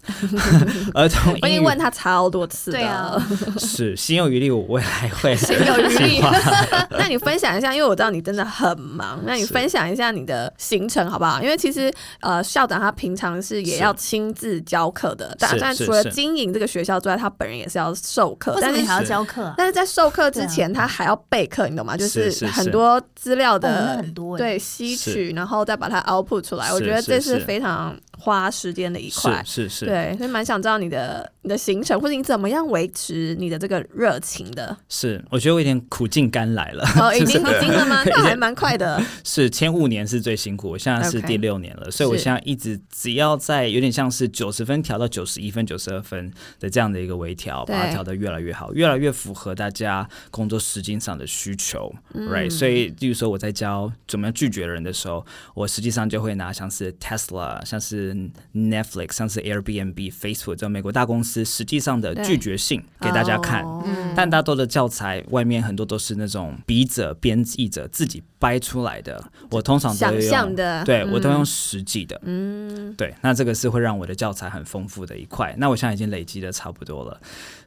[SPEAKER 3] 儿童
[SPEAKER 2] 我已
[SPEAKER 3] 英
[SPEAKER 2] 经
[SPEAKER 3] 语
[SPEAKER 2] 问他超多次了。
[SPEAKER 1] 对啊，
[SPEAKER 3] 是心有余力，我未来会
[SPEAKER 2] 心有余力
[SPEAKER 3] 计划
[SPEAKER 2] 那你分享一下，因为我知道你真的很忙，那你
[SPEAKER 3] 是
[SPEAKER 2] 分享一下你的行程好不好？因为其实呃，校长他平常是也
[SPEAKER 3] 是
[SPEAKER 2] 要亲自教课的，但
[SPEAKER 3] 是
[SPEAKER 2] 但
[SPEAKER 3] 是
[SPEAKER 2] 除了
[SPEAKER 3] 是
[SPEAKER 2] 经营这个学校之外，他本人也是要授课
[SPEAKER 1] 为，什
[SPEAKER 2] 但
[SPEAKER 1] 么
[SPEAKER 2] 是
[SPEAKER 1] 你还要教课啊？
[SPEAKER 2] 但是在授课之前，他还要备课，你懂吗？就是
[SPEAKER 3] 啊是
[SPEAKER 2] 很
[SPEAKER 3] 是
[SPEAKER 2] 多资料
[SPEAKER 1] 哦那
[SPEAKER 2] 的
[SPEAKER 1] 很多欸
[SPEAKER 2] 对吸
[SPEAKER 3] 是
[SPEAKER 2] 取，然后再把它 output 出来。我
[SPEAKER 3] 是
[SPEAKER 2] 觉得
[SPEAKER 3] 是
[SPEAKER 2] 这是
[SPEAKER 3] 是
[SPEAKER 2] 非常花时间的一块。
[SPEAKER 3] 是是是，
[SPEAKER 2] 对，所以蛮想知道你的你的行程，或者你怎么样维持你的这个热情 的。
[SPEAKER 3] 是，我觉得我有点苦尽甘来了。
[SPEAKER 2] 哦，已经已经了 吗？那还蛮快的。
[SPEAKER 3] 是前五年是最辛苦，我现在是
[SPEAKER 2] OK
[SPEAKER 3] 第六年了，所以我
[SPEAKER 2] 是
[SPEAKER 3] 现在一直只要在有点像是九十分调到九十一分、九十二分的这样的一个微调，把它
[SPEAKER 2] 对
[SPEAKER 3] 调得越来越好，越来越符合大家工作时间上的需求、r
[SPEAKER 2] 嗯
[SPEAKER 3] i g h t 所以，例如说我在教怎么样拒绝人的时候，我实际上就会拿像是 Tesla、像是 Netflix、像是 Airbnb、Facebook 这种美国大公司实际上的
[SPEAKER 2] 对
[SPEAKER 3] 拒绝信给大家看。嗯
[SPEAKER 2] 哦
[SPEAKER 3] 但大多的教材外面很多都是那种笔者、编译者自己掰出来的，我通常都
[SPEAKER 2] 想
[SPEAKER 3] 会
[SPEAKER 2] 象
[SPEAKER 3] 用，
[SPEAKER 2] 的，
[SPEAKER 3] 对我都用
[SPEAKER 2] 嗯
[SPEAKER 3] 实际的。
[SPEAKER 2] 嗯。
[SPEAKER 3] 对，那这个是会让我的教材很丰富的一块。那我现在已经累积的差不多了。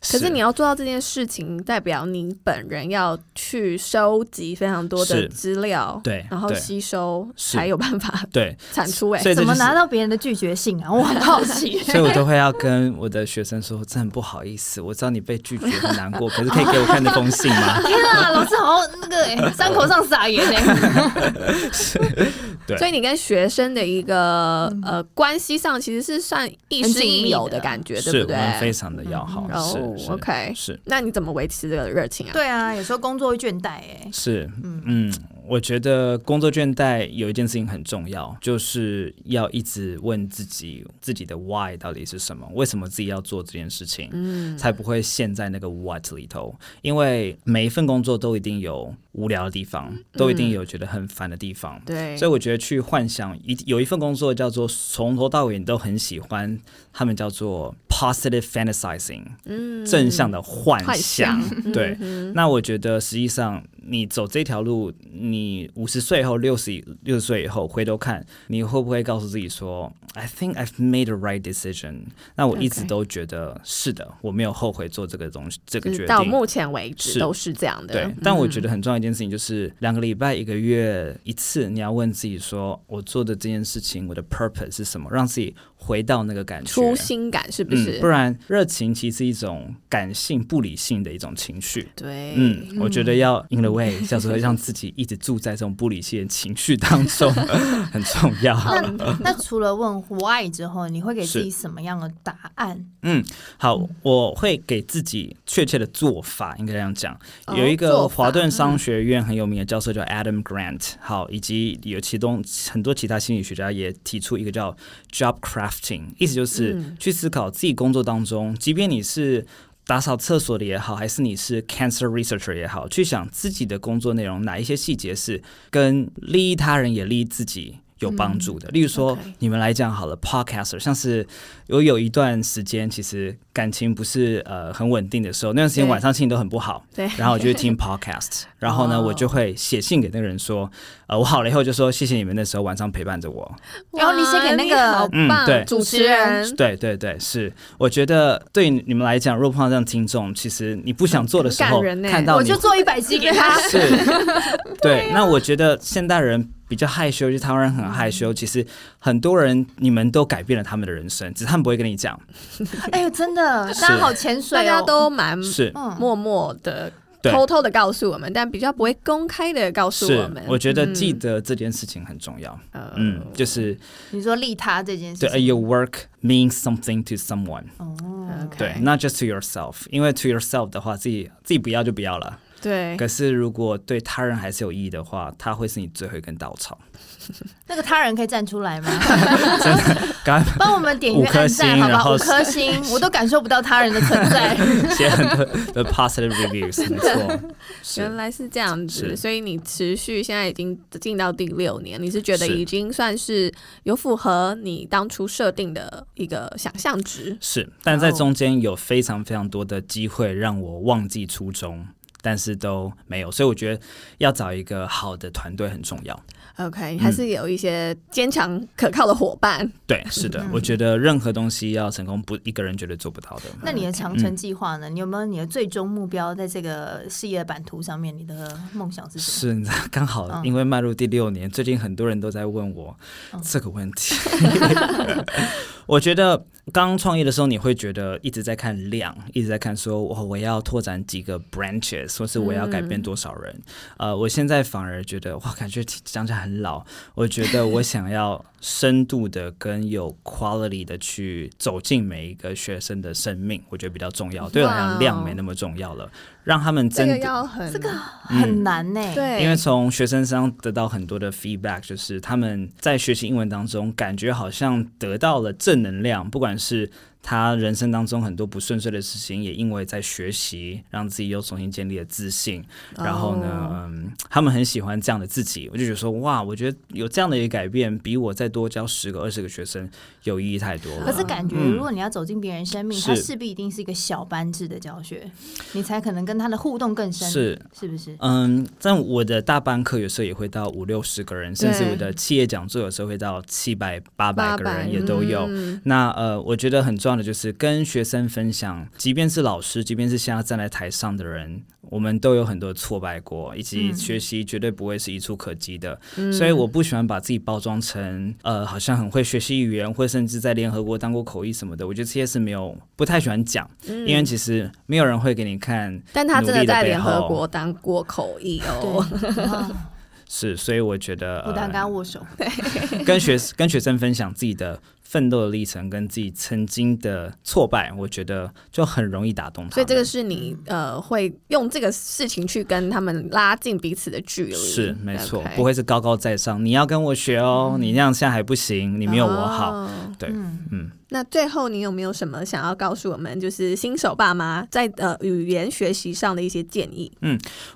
[SPEAKER 2] 可是你要做到这件事情，代表你本人要去收集非常多的
[SPEAKER 3] 是
[SPEAKER 2] 资料，
[SPEAKER 3] 对
[SPEAKER 2] 然后
[SPEAKER 3] 对
[SPEAKER 2] 吸收
[SPEAKER 3] 是
[SPEAKER 2] 才有办法
[SPEAKER 3] 对，
[SPEAKER 2] 产出、欸。
[SPEAKER 3] 所以这
[SPEAKER 1] 怎
[SPEAKER 3] 就
[SPEAKER 1] 么
[SPEAKER 3] 是
[SPEAKER 1] 拿到别人的拒绝信 啊？我很好奇。
[SPEAKER 3] 所以我都会要跟我的学生说，真的不好意思，我知道你被拒绝很难过，可是可以给我看那封信吗？
[SPEAKER 1] 天啊，老师好像那个、 欸、伤口上撒盐哎、
[SPEAKER 3] 对
[SPEAKER 2] 所以你跟学生的一个、呃关系上，其实是算亦
[SPEAKER 1] 嗯很
[SPEAKER 2] 师
[SPEAKER 1] 紧密的
[SPEAKER 2] 亦友的感觉，
[SPEAKER 3] 是
[SPEAKER 2] 对不
[SPEAKER 3] 我
[SPEAKER 2] 对？
[SPEAKER 3] 们非常的要好，
[SPEAKER 2] 哦
[SPEAKER 3] 是是
[SPEAKER 2] ，OK，
[SPEAKER 3] 是
[SPEAKER 2] 那你怎么维持这个热情啊？
[SPEAKER 1] 对啊，有时候工作会倦怠哎、
[SPEAKER 3] 是，嗯，我觉得工作倦怠有一件事情很重要，就是要一直问自己自己的 why 到底是什么，为什么自己要做这件事情，嗯，才不会陷在那个 what 里头。因为每一份工作都一定有无聊的地方，都一定有觉得很烦的地方。
[SPEAKER 2] 对
[SPEAKER 3] 所以我觉得去幻想一有一份工作叫做从头到尾你都很喜欢，他们叫做 positive fantasizing，嗯，正向的幻
[SPEAKER 2] 幻想嗯
[SPEAKER 3] 对。那我觉得实际上你走这条路，你五十岁后、六十六十岁以后回头看，你会不会告诉自己说，I think I've made the right decision？那我一直
[SPEAKER 2] OK
[SPEAKER 3] 都觉得是的，我没有后悔做这个东西，这个
[SPEAKER 2] 就
[SPEAKER 3] 决
[SPEAKER 2] 是
[SPEAKER 3] 定。
[SPEAKER 2] 到目前为止
[SPEAKER 3] 是
[SPEAKER 2] 都是这样的。嗯
[SPEAKER 3] 对，但我觉得很重要一件事情就是，两个礼拜、一个月一次，你要问自己说，我做的这件事情，我的 purpose 是什么，让自己回到那个感觉。
[SPEAKER 2] 初心感是不是？
[SPEAKER 3] 嗯，不然热情其实是一种感性、不理性的一种情绪。
[SPEAKER 2] 对，
[SPEAKER 3] 嗯，我觉得要 in the way，叫做让自己一直住在这种不理性的情绪当 中，很重要。
[SPEAKER 1] 那那除了问 why 之后，你会给自己
[SPEAKER 3] 是
[SPEAKER 1] 什么样的答案？
[SPEAKER 3] 嗯，好，我会给自己确切的做法，应该这样讲。
[SPEAKER 2] 哦
[SPEAKER 3] 有一
[SPEAKER 2] 做
[SPEAKER 3] 个
[SPEAKER 2] 法
[SPEAKER 3] 华顿商学院很有名的教授叫 Adam Grant，好，以及有其中很多其他心理学家也提出一个叫 job crafting，意思就是
[SPEAKER 2] 嗯
[SPEAKER 3] 去思考自己工作当中，即便你是。打扫厕所的也好，还是你是 cancer researcher 也好，去想自己的工作内容哪一些细节是跟利益他人也利益自己有帮助的。例如
[SPEAKER 2] 嗯
[SPEAKER 3] 说
[SPEAKER 2] OK
[SPEAKER 3] 你们来讲好了，podcaster，像是我有一段时间其实感情不是呃很稳定的时候，那段时间
[SPEAKER 2] 对
[SPEAKER 3] 晚上心情都很不好，
[SPEAKER 2] 对
[SPEAKER 3] 然后我就会 听 podcast，然后呢
[SPEAKER 2] 哦
[SPEAKER 3] 我就会写信给那个人说，呃我好了以后就说谢谢你们那时候晚上陪伴着我，
[SPEAKER 2] 哇
[SPEAKER 1] 然后你写给那个
[SPEAKER 2] 你好
[SPEAKER 3] 嗯
[SPEAKER 2] 棒
[SPEAKER 3] 对
[SPEAKER 2] 主持人，
[SPEAKER 3] 对对对，是我觉得对你们来讲，若碰到这样听众，其实你不想做的时
[SPEAKER 2] 很感
[SPEAKER 3] 候，
[SPEAKER 2] 人欸
[SPEAKER 3] 看到
[SPEAKER 1] 我
[SPEAKER 3] 你
[SPEAKER 1] 就做一百集给 他。
[SPEAKER 3] 是，对。那我觉得现代人比较害羞，就是台湾人很害羞。其实很多人，你们都改变了他们的人生，只是他们不会跟你讲。
[SPEAKER 2] 嗯
[SPEAKER 1] 哎呦，真的，大家好潜水、哦，
[SPEAKER 2] 大家都蛮
[SPEAKER 3] 是
[SPEAKER 2] 默默的、
[SPEAKER 3] 对
[SPEAKER 2] 偷偷的告诉我们，但比较不会公开的告诉我
[SPEAKER 3] 是
[SPEAKER 2] 们，。嗯
[SPEAKER 3] 我觉得记得这件事情很重要。
[SPEAKER 2] 呃
[SPEAKER 3] 嗯，就是
[SPEAKER 1] 你说利他这件事
[SPEAKER 3] 对
[SPEAKER 1] 情，
[SPEAKER 3] 呃，your work means something to someone，
[SPEAKER 1] 哦
[SPEAKER 2] OK
[SPEAKER 3] 对，not just to yourself。因为 to yourself 的话，自己自己不要就不要了。
[SPEAKER 2] 对，
[SPEAKER 3] 可是如果对他人还是有意义的话，它会是你最后一根稻草。
[SPEAKER 1] 那个他人可以站出来吗？
[SPEAKER 3] 刚
[SPEAKER 1] 帮我们点阅
[SPEAKER 3] 五颗
[SPEAKER 1] 按
[SPEAKER 3] 星
[SPEAKER 1] 赞，好
[SPEAKER 3] 然
[SPEAKER 1] 吧？
[SPEAKER 3] 后
[SPEAKER 1] 五颗星，我都感受不到他人的存 在。
[SPEAKER 3] 刚写很多的 positive reviews，没错，
[SPEAKER 2] 原
[SPEAKER 3] 是
[SPEAKER 2] 来是这样子，
[SPEAKER 3] 是
[SPEAKER 2] 所以你持续现在已经进到第六年，你是觉得
[SPEAKER 3] 是
[SPEAKER 2] 已经算是有符合你当初设定的一个想象值。
[SPEAKER 3] 是，但在中间有非常非常多的机会让我忘记初衷。但是都没有，所以我觉得要找一个好的团队很重要。
[SPEAKER 2] OK，还
[SPEAKER 3] 嗯
[SPEAKER 2] 是有一些坚强可靠的伙伴。
[SPEAKER 3] 对，是的，我觉得任何东西要成功，不一个人绝对做不到的。
[SPEAKER 1] 那你的长程计划呢？你有没有你的最终目标？在这个事业版图上面，你的梦想是什么？
[SPEAKER 3] 是，你知道刚好
[SPEAKER 1] 嗯
[SPEAKER 3] 因为迈入第六年，最近很多人都在问我
[SPEAKER 1] 嗯
[SPEAKER 3] 这个问 题。 我觉得刚创业的时候，你会觉得一直在看量，一直在看说，我我要拓展几个 branches，或是我要改变多少人。
[SPEAKER 2] 嗯
[SPEAKER 3] 呃，我现在反而觉得，哇，感觉讲起来很老。我觉得我想要深度的跟有 quality 的去走进每一个学生的生命，我觉得比较重要。对我来
[SPEAKER 2] 哇哦
[SPEAKER 3] 讲，量没那么重要了，让他们
[SPEAKER 2] 这
[SPEAKER 3] 真
[SPEAKER 2] 个哎
[SPEAKER 3] 的
[SPEAKER 2] 要很
[SPEAKER 1] 这个
[SPEAKER 3] 嗯
[SPEAKER 1] 很难呢、
[SPEAKER 2] 对，
[SPEAKER 3] 因为从学生身上得到很多的 feedback，就是他们在学习英文当中，感觉好像得到了正能量，不管是他人生当中很多不顺遂的事情，也因为在学习，让自己又重新建立了自信。然后呢，
[SPEAKER 2] 哦
[SPEAKER 3] 嗯，他们很喜欢这样的自己，我就觉得说，哇，我觉得有这样的一个改变，比我再多教十个、二十个学生有意义太多了。
[SPEAKER 1] 可是感觉，
[SPEAKER 3] 嗯
[SPEAKER 1] 如果你要走进别人生命，
[SPEAKER 3] 是
[SPEAKER 1] 它势必一定是一个小班制的教学，你才可能跟他的互动更深，
[SPEAKER 3] 是
[SPEAKER 1] 是不是？
[SPEAKER 3] 嗯，但我的大班课有时候也会到五六十个人，甚至
[SPEAKER 2] 对
[SPEAKER 3] 我的企业讲座有时候会到七百、八百个
[SPEAKER 2] 800
[SPEAKER 3] 人也都有。
[SPEAKER 2] 嗯
[SPEAKER 3] 那呃，我觉得很重要的就是跟学生分享，即便是老师，即便是现在站在台上的人，我们都有很多挫败过，以及
[SPEAKER 1] 嗯
[SPEAKER 3] 学习绝对不会是一触可及的。所以我不喜欢把自己包装成呃，好像很会学习语言，或甚至在联合国当过口译什么的。我觉得这些是没有不太喜欢讲，因为其实没有人会给你看
[SPEAKER 2] 但他真
[SPEAKER 3] 努
[SPEAKER 2] 的
[SPEAKER 3] 力的
[SPEAKER 2] 在
[SPEAKER 3] 背
[SPEAKER 2] 联合
[SPEAKER 3] 后
[SPEAKER 2] 国当过口译哦。
[SPEAKER 1] 对，啊
[SPEAKER 3] 是，所以我觉得
[SPEAKER 1] 不
[SPEAKER 3] 呃。
[SPEAKER 1] 但跟他握手，
[SPEAKER 3] 跟学跟学生分享自己的奋斗的历程，跟自己曾经的挫败，我觉得就很容易打动他们。
[SPEAKER 2] 所以这个是你呃会用这个事情去跟他们拉近彼此的距离，
[SPEAKER 3] 是没错
[SPEAKER 2] OK 嗯
[SPEAKER 3] 不会是高高在上。你要跟我学哦，你那样现在还不行，你没有我好。
[SPEAKER 2] 哦
[SPEAKER 3] 对
[SPEAKER 1] 嗯，
[SPEAKER 3] 嗯，
[SPEAKER 2] 那最后你有没有什么想要告诉我们，就是新手爸妈在呃语言学习上的一些建议？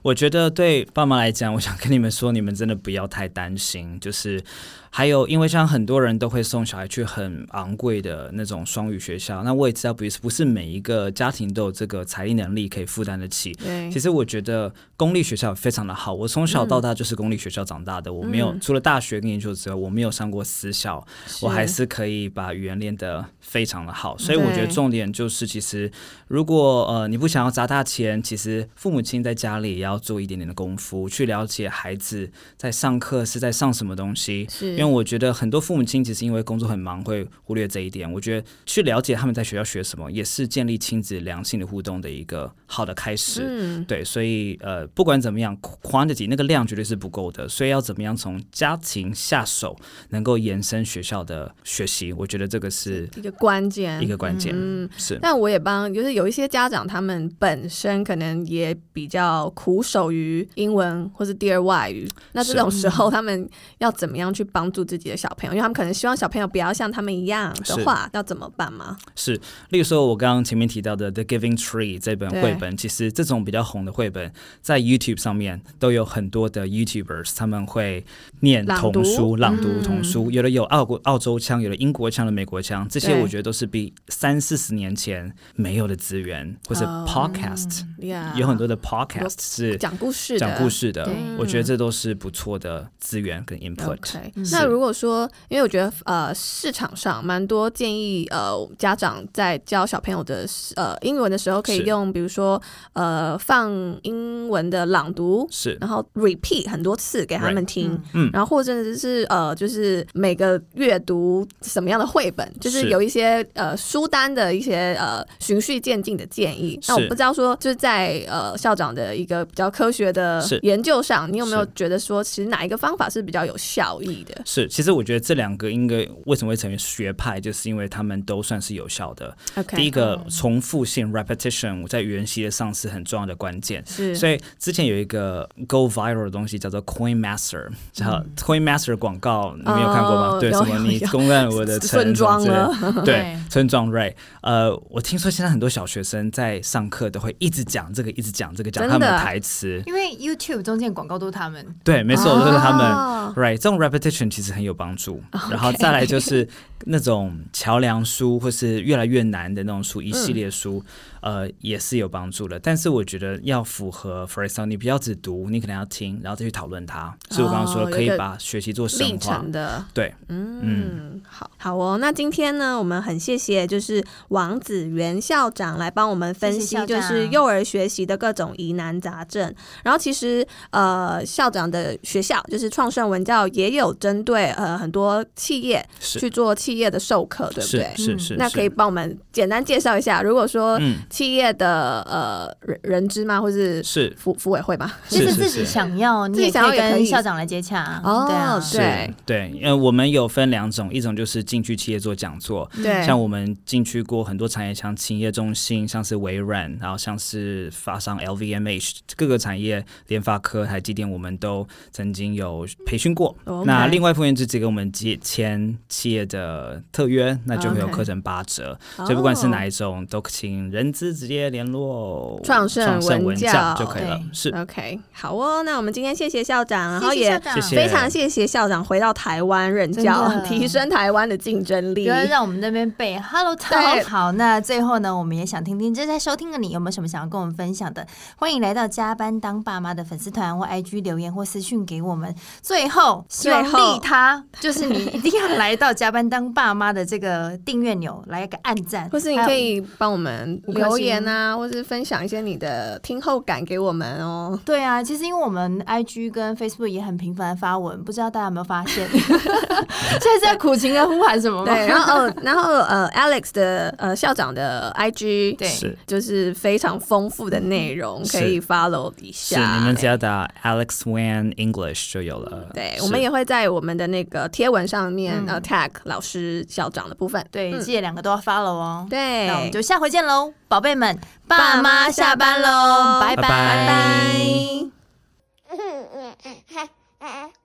[SPEAKER 3] 我觉得对爸妈来讲，我想跟你们说，你们真的不要太担心。就是还有，因为像很多人都会送小孩去很昂贵的那种双语学校，那我也知道，不是不是每一个家庭都有这个财力能力可以负担得起。
[SPEAKER 2] 对
[SPEAKER 3] 其实我觉得公立学校非常的好，我从小到大就是公立学校长大的，我没有、
[SPEAKER 2] 嗯
[SPEAKER 3] 除了大学跟研究之外，我没有上过私校，我还
[SPEAKER 2] 是
[SPEAKER 3] 是可以把语言练得非常的好。所以我
[SPEAKER 2] 对
[SPEAKER 3] 觉得重点就是，其实如果呃你不想要砸大钱，其实父母亲在家里也要做一点点的功夫，去了解孩子在上课是在上什么东西。
[SPEAKER 2] 是
[SPEAKER 3] 因为我觉得很多父母亲其实因为工作很忙，会忽略这一点。我觉得去了解他们在学校学什么，也是建立亲子良性的互动的一个好的开始。
[SPEAKER 2] 嗯
[SPEAKER 3] 对，所以呃，不管怎么样，quantity 那个量绝对是不够的，所以要怎么样从家庭下手，能够延伸学校的学习，我觉得这个是
[SPEAKER 2] 一个关键
[SPEAKER 3] 一个关键。
[SPEAKER 2] 嗯，
[SPEAKER 3] 是，
[SPEAKER 2] 但我也帮，就是有一些家长，他们本身可能也比较苦手于英文或是第二外语，那这
[SPEAKER 3] 是
[SPEAKER 2] 种时候他们要怎么样去帮助自己的小朋友？因为他们可能希望小朋友不要像他们一样的
[SPEAKER 3] 是
[SPEAKER 2] 话，要怎么办吗？
[SPEAKER 3] 是，例如说，我刚刚前面提到的《The Giving Tree》这本
[SPEAKER 2] 对
[SPEAKER 3] 绘本，其实这种比较红的绘本，在 YouTube 上面都有很多的 YouTubers，他们会念
[SPEAKER 2] 朗
[SPEAKER 3] 童
[SPEAKER 2] 读
[SPEAKER 3] 书、朗读
[SPEAKER 2] 嗯
[SPEAKER 3] 童书，有的有澳国澳洲腔，有的英国腔的美国腔，这些
[SPEAKER 2] 对
[SPEAKER 3] 我觉得都是比三四十年前没有的资源，或是
[SPEAKER 2] 哦
[SPEAKER 3] Podcast，、
[SPEAKER 2] 呀
[SPEAKER 3] 有很多的 Podcast 是
[SPEAKER 2] 讲故啊事的，
[SPEAKER 3] 讲故事的
[SPEAKER 1] 对，
[SPEAKER 3] 我觉得这都是不错的资源跟 input。
[SPEAKER 2] OK，
[SPEAKER 1] 嗯
[SPEAKER 2] 那
[SPEAKER 3] 是
[SPEAKER 2] 如果说，因为我觉得呃，市场上蛮多建议呃，家长在教小朋友的呃英文的时候，可以
[SPEAKER 3] 是
[SPEAKER 2] 用比如说呃放英文的朗读，
[SPEAKER 3] 是
[SPEAKER 2] 然后 repeat 很多次给他们听。
[SPEAKER 1] 嗯
[SPEAKER 3] 嗯
[SPEAKER 2] 然后或者是呃，就是每个阅读什么样的绘本，就是
[SPEAKER 3] 是
[SPEAKER 2] 有一些呃书单的一些呃循序渐进的建议。那我
[SPEAKER 3] 是
[SPEAKER 2] 不知道说，就是在呃校长的一个比较科学的
[SPEAKER 3] 是
[SPEAKER 2] 研究上，你有没有
[SPEAKER 3] 是
[SPEAKER 2] 觉得说，其实哪一个方法是比较有效益的？
[SPEAKER 3] 是，其实我觉得这两个应该为什么会成为学派，就是因为他们都算是有效的。
[SPEAKER 2] OK，哦
[SPEAKER 3] 第一个重复性 repetition，我在语言系的上是很重要的关键。
[SPEAKER 2] 是
[SPEAKER 3] 所以之前有一个 go viral 的东西叫做 Coin Master，叫 Coin Master 广告，你没有看过吗？
[SPEAKER 2] 嗯哦
[SPEAKER 3] 对，
[SPEAKER 2] 有
[SPEAKER 3] 什么
[SPEAKER 2] 有
[SPEAKER 3] 你
[SPEAKER 2] 有
[SPEAKER 3] 攻占我的城
[SPEAKER 2] 村庄
[SPEAKER 3] 什么之类的
[SPEAKER 2] 了，
[SPEAKER 3] 对，村庄 Ray，呃，我听说现在很多小学生在上课都会一直讲讲这个，一直讲这个，讲
[SPEAKER 2] 真
[SPEAKER 3] 他
[SPEAKER 2] 的
[SPEAKER 3] 们的
[SPEAKER 2] 啊
[SPEAKER 3] 台词。
[SPEAKER 1] 因为 YouTube 中间广告都是他们，
[SPEAKER 3] 对，没错，
[SPEAKER 2] 哦
[SPEAKER 3] 就是他们。Right，这种 repetition 其实很有帮助。然后再来就是那种桥梁书，或是越来越难的那种书，一系列书，呃，也是有帮助的。但是我觉得要符合 f r e s o n 你不要只读，你可能要听，然后再去讨论它。所以我刚刚说
[SPEAKER 2] 哦
[SPEAKER 3] 的，可以
[SPEAKER 2] 有一个
[SPEAKER 3] 把学习做深
[SPEAKER 2] 历
[SPEAKER 3] 化
[SPEAKER 2] 程。的，
[SPEAKER 3] 对，
[SPEAKER 2] 嗯，好，
[SPEAKER 5] 好哦，那今天呢，我们很谢谢就是王子元校长来帮我们分
[SPEAKER 1] 谢谢校
[SPEAKER 5] 析，
[SPEAKER 1] 长
[SPEAKER 5] 就是幼儿学习的各种疑难杂症。然后其实呃，校长的学校就是创盛文教也有针对呃很多企业
[SPEAKER 3] 是
[SPEAKER 5] 去做企业的授课，对不
[SPEAKER 3] 是
[SPEAKER 5] 对？
[SPEAKER 3] 是
[SPEAKER 1] 嗯
[SPEAKER 3] 是，
[SPEAKER 5] 那
[SPEAKER 3] 是
[SPEAKER 5] 可以。帮我们简单介绍一下，如果说
[SPEAKER 3] 嗯，
[SPEAKER 5] 企业的呃人人资吗，或是
[SPEAKER 3] 是
[SPEAKER 5] 服服委会吗？
[SPEAKER 1] 就是是
[SPEAKER 3] 是
[SPEAKER 1] 自己
[SPEAKER 3] 是
[SPEAKER 1] 想要，你
[SPEAKER 5] 自己
[SPEAKER 1] 也
[SPEAKER 5] 想要
[SPEAKER 1] 可以
[SPEAKER 5] 也可
[SPEAKER 1] 跟
[SPEAKER 5] 以
[SPEAKER 1] 校长来接洽啊。
[SPEAKER 5] 哦
[SPEAKER 1] 对啊，
[SPEAKER 5] 是
[SPEAKER 3] 对对，因为我们有分两种，一种就是进去企业做讲座，
[SPEAKER 5] 对，
[SPEAKER 3] 像我们进去过很多产业，像企业中心，像是微软，然后像是发商 LVMH 各个产业，联发科、台积电，我们都曾经有培训过。
[SPEAKER 2] 哦
[SPEAKER 5] OK
[SPEAKER 3] 那另外副院直接给我们接签企业的特约，那就会有
[SPEAKER 5] OK
[SPEAKER 3] 课程八折。
[SPEAKER 5] 哦
[SPEAKER 3] 所以不管是哪一种，都请人资直接联络
[SPEAKER 2] 创盛
[SPEAKER 3] 盛
[SPEAKER 2] 文
[SPEAKER 3] 文
[SPEAKER 2] 教
[SPEAKER 3] 教就可以了
[SPEAKER 1] 对。
[SPEAKER 3] 是，
[SPEAKER 5] OK，好哦，那我们今天谢谢校长，然
[SPEAKER 1] 然
[SPEAKER 5] 后
[SPEAKER 1] 后
[SPEAKER 5] 也
[SPEAKER 1] 也谢谢
[SPEAKER 3] 谢谢
[SPEAKER 1] 校
[SPEAKER 5] 非常谢谢校长回到台湾任教
[SPEAKER 1] 真，的
[SPEAKER 5] 提升台湾的竞争
[SPEAKER 1] 长，
[SPEAKER 5] 力
[SPEAKER 1] 有。人让我们那边背 Hello
[SPEAKER 5] 对
[SPEAKER 1] Talk。好，那最后呢，我们也想听听正在收听的你有没有什么想要跟我们分享的？欢迎来到加班当爸妈的粉丝团或 IG 留言或私讯给我们。最 后，希望
[SPEAKER 5] 最后
[SPEAKER 1] 利他就是你一定要来到加班当爸妈的这个订阅钮，来个按赞，
[SPEAKER 2] 或是你
[SPEAKER 1] 还有
[SPEAKER 2] 可以帮我们
[SPEAKER 1] 五颗星
[SPEAKER 2] 留言啊，或是分享一些你的听后感给我们哦。
[SPEAKER 1] 对啊，其实因为我们 IG 跟 Facebook 也很频繁地发文，不知道大家有没有发 现？现在在苦情的呼喊什么吗？
[SPEAKER 2] 对
[SPEAKER 5] 对，
[SPEAKER 2] 哦
[SPEAKER 5] 然后呃，然后呃，Alex 的呃校长的 IG
[SPEAKER 1] 对
[SPEAKER 3] 是
[SPEAKER 2] 就是非常丰富的内容，
[SPEAKER 3] 是
[SPEAKER 2] 可以 follow 一
[SPEAKER 3] 是，
[SPEAKER 2] 下。
[SPEAKER 3] 你们只要打 Alex Wan English 就有了。
[SPEAKER 2] 对，
[SPEAKER 3] 是
[SPEAKER 2] 我们也会在我们的那个贴文上面
[SPEAKER 1] 嗯
[SPEAKER 2] 呃 tag 老师校长的部分。
[SPEAKER 1] 对，
[SPEAKER 2] 嗯
[SPEAKER 1] 记得两个都要 follow 哦。
[SPEAKER 2] 对，
[SPEAKER 1] 那我们就下回见喽，宝贝们，爸
[SPEAKER 5] 爸妈
[SPEAKER 1] 妈
[SPEAKER 5] 下
[SPEAKER 1] 下
[SPEAKER 5] 班
[SPEAKER 1] 班
[SPEAKER 5] 喽
[SPEAKER 1] 喽，拜
[SPEAKER 3] 拜拜
[SPEAKER 1] 拜。
[SPEAKER 6] 嗯嗯嗯，哈啊。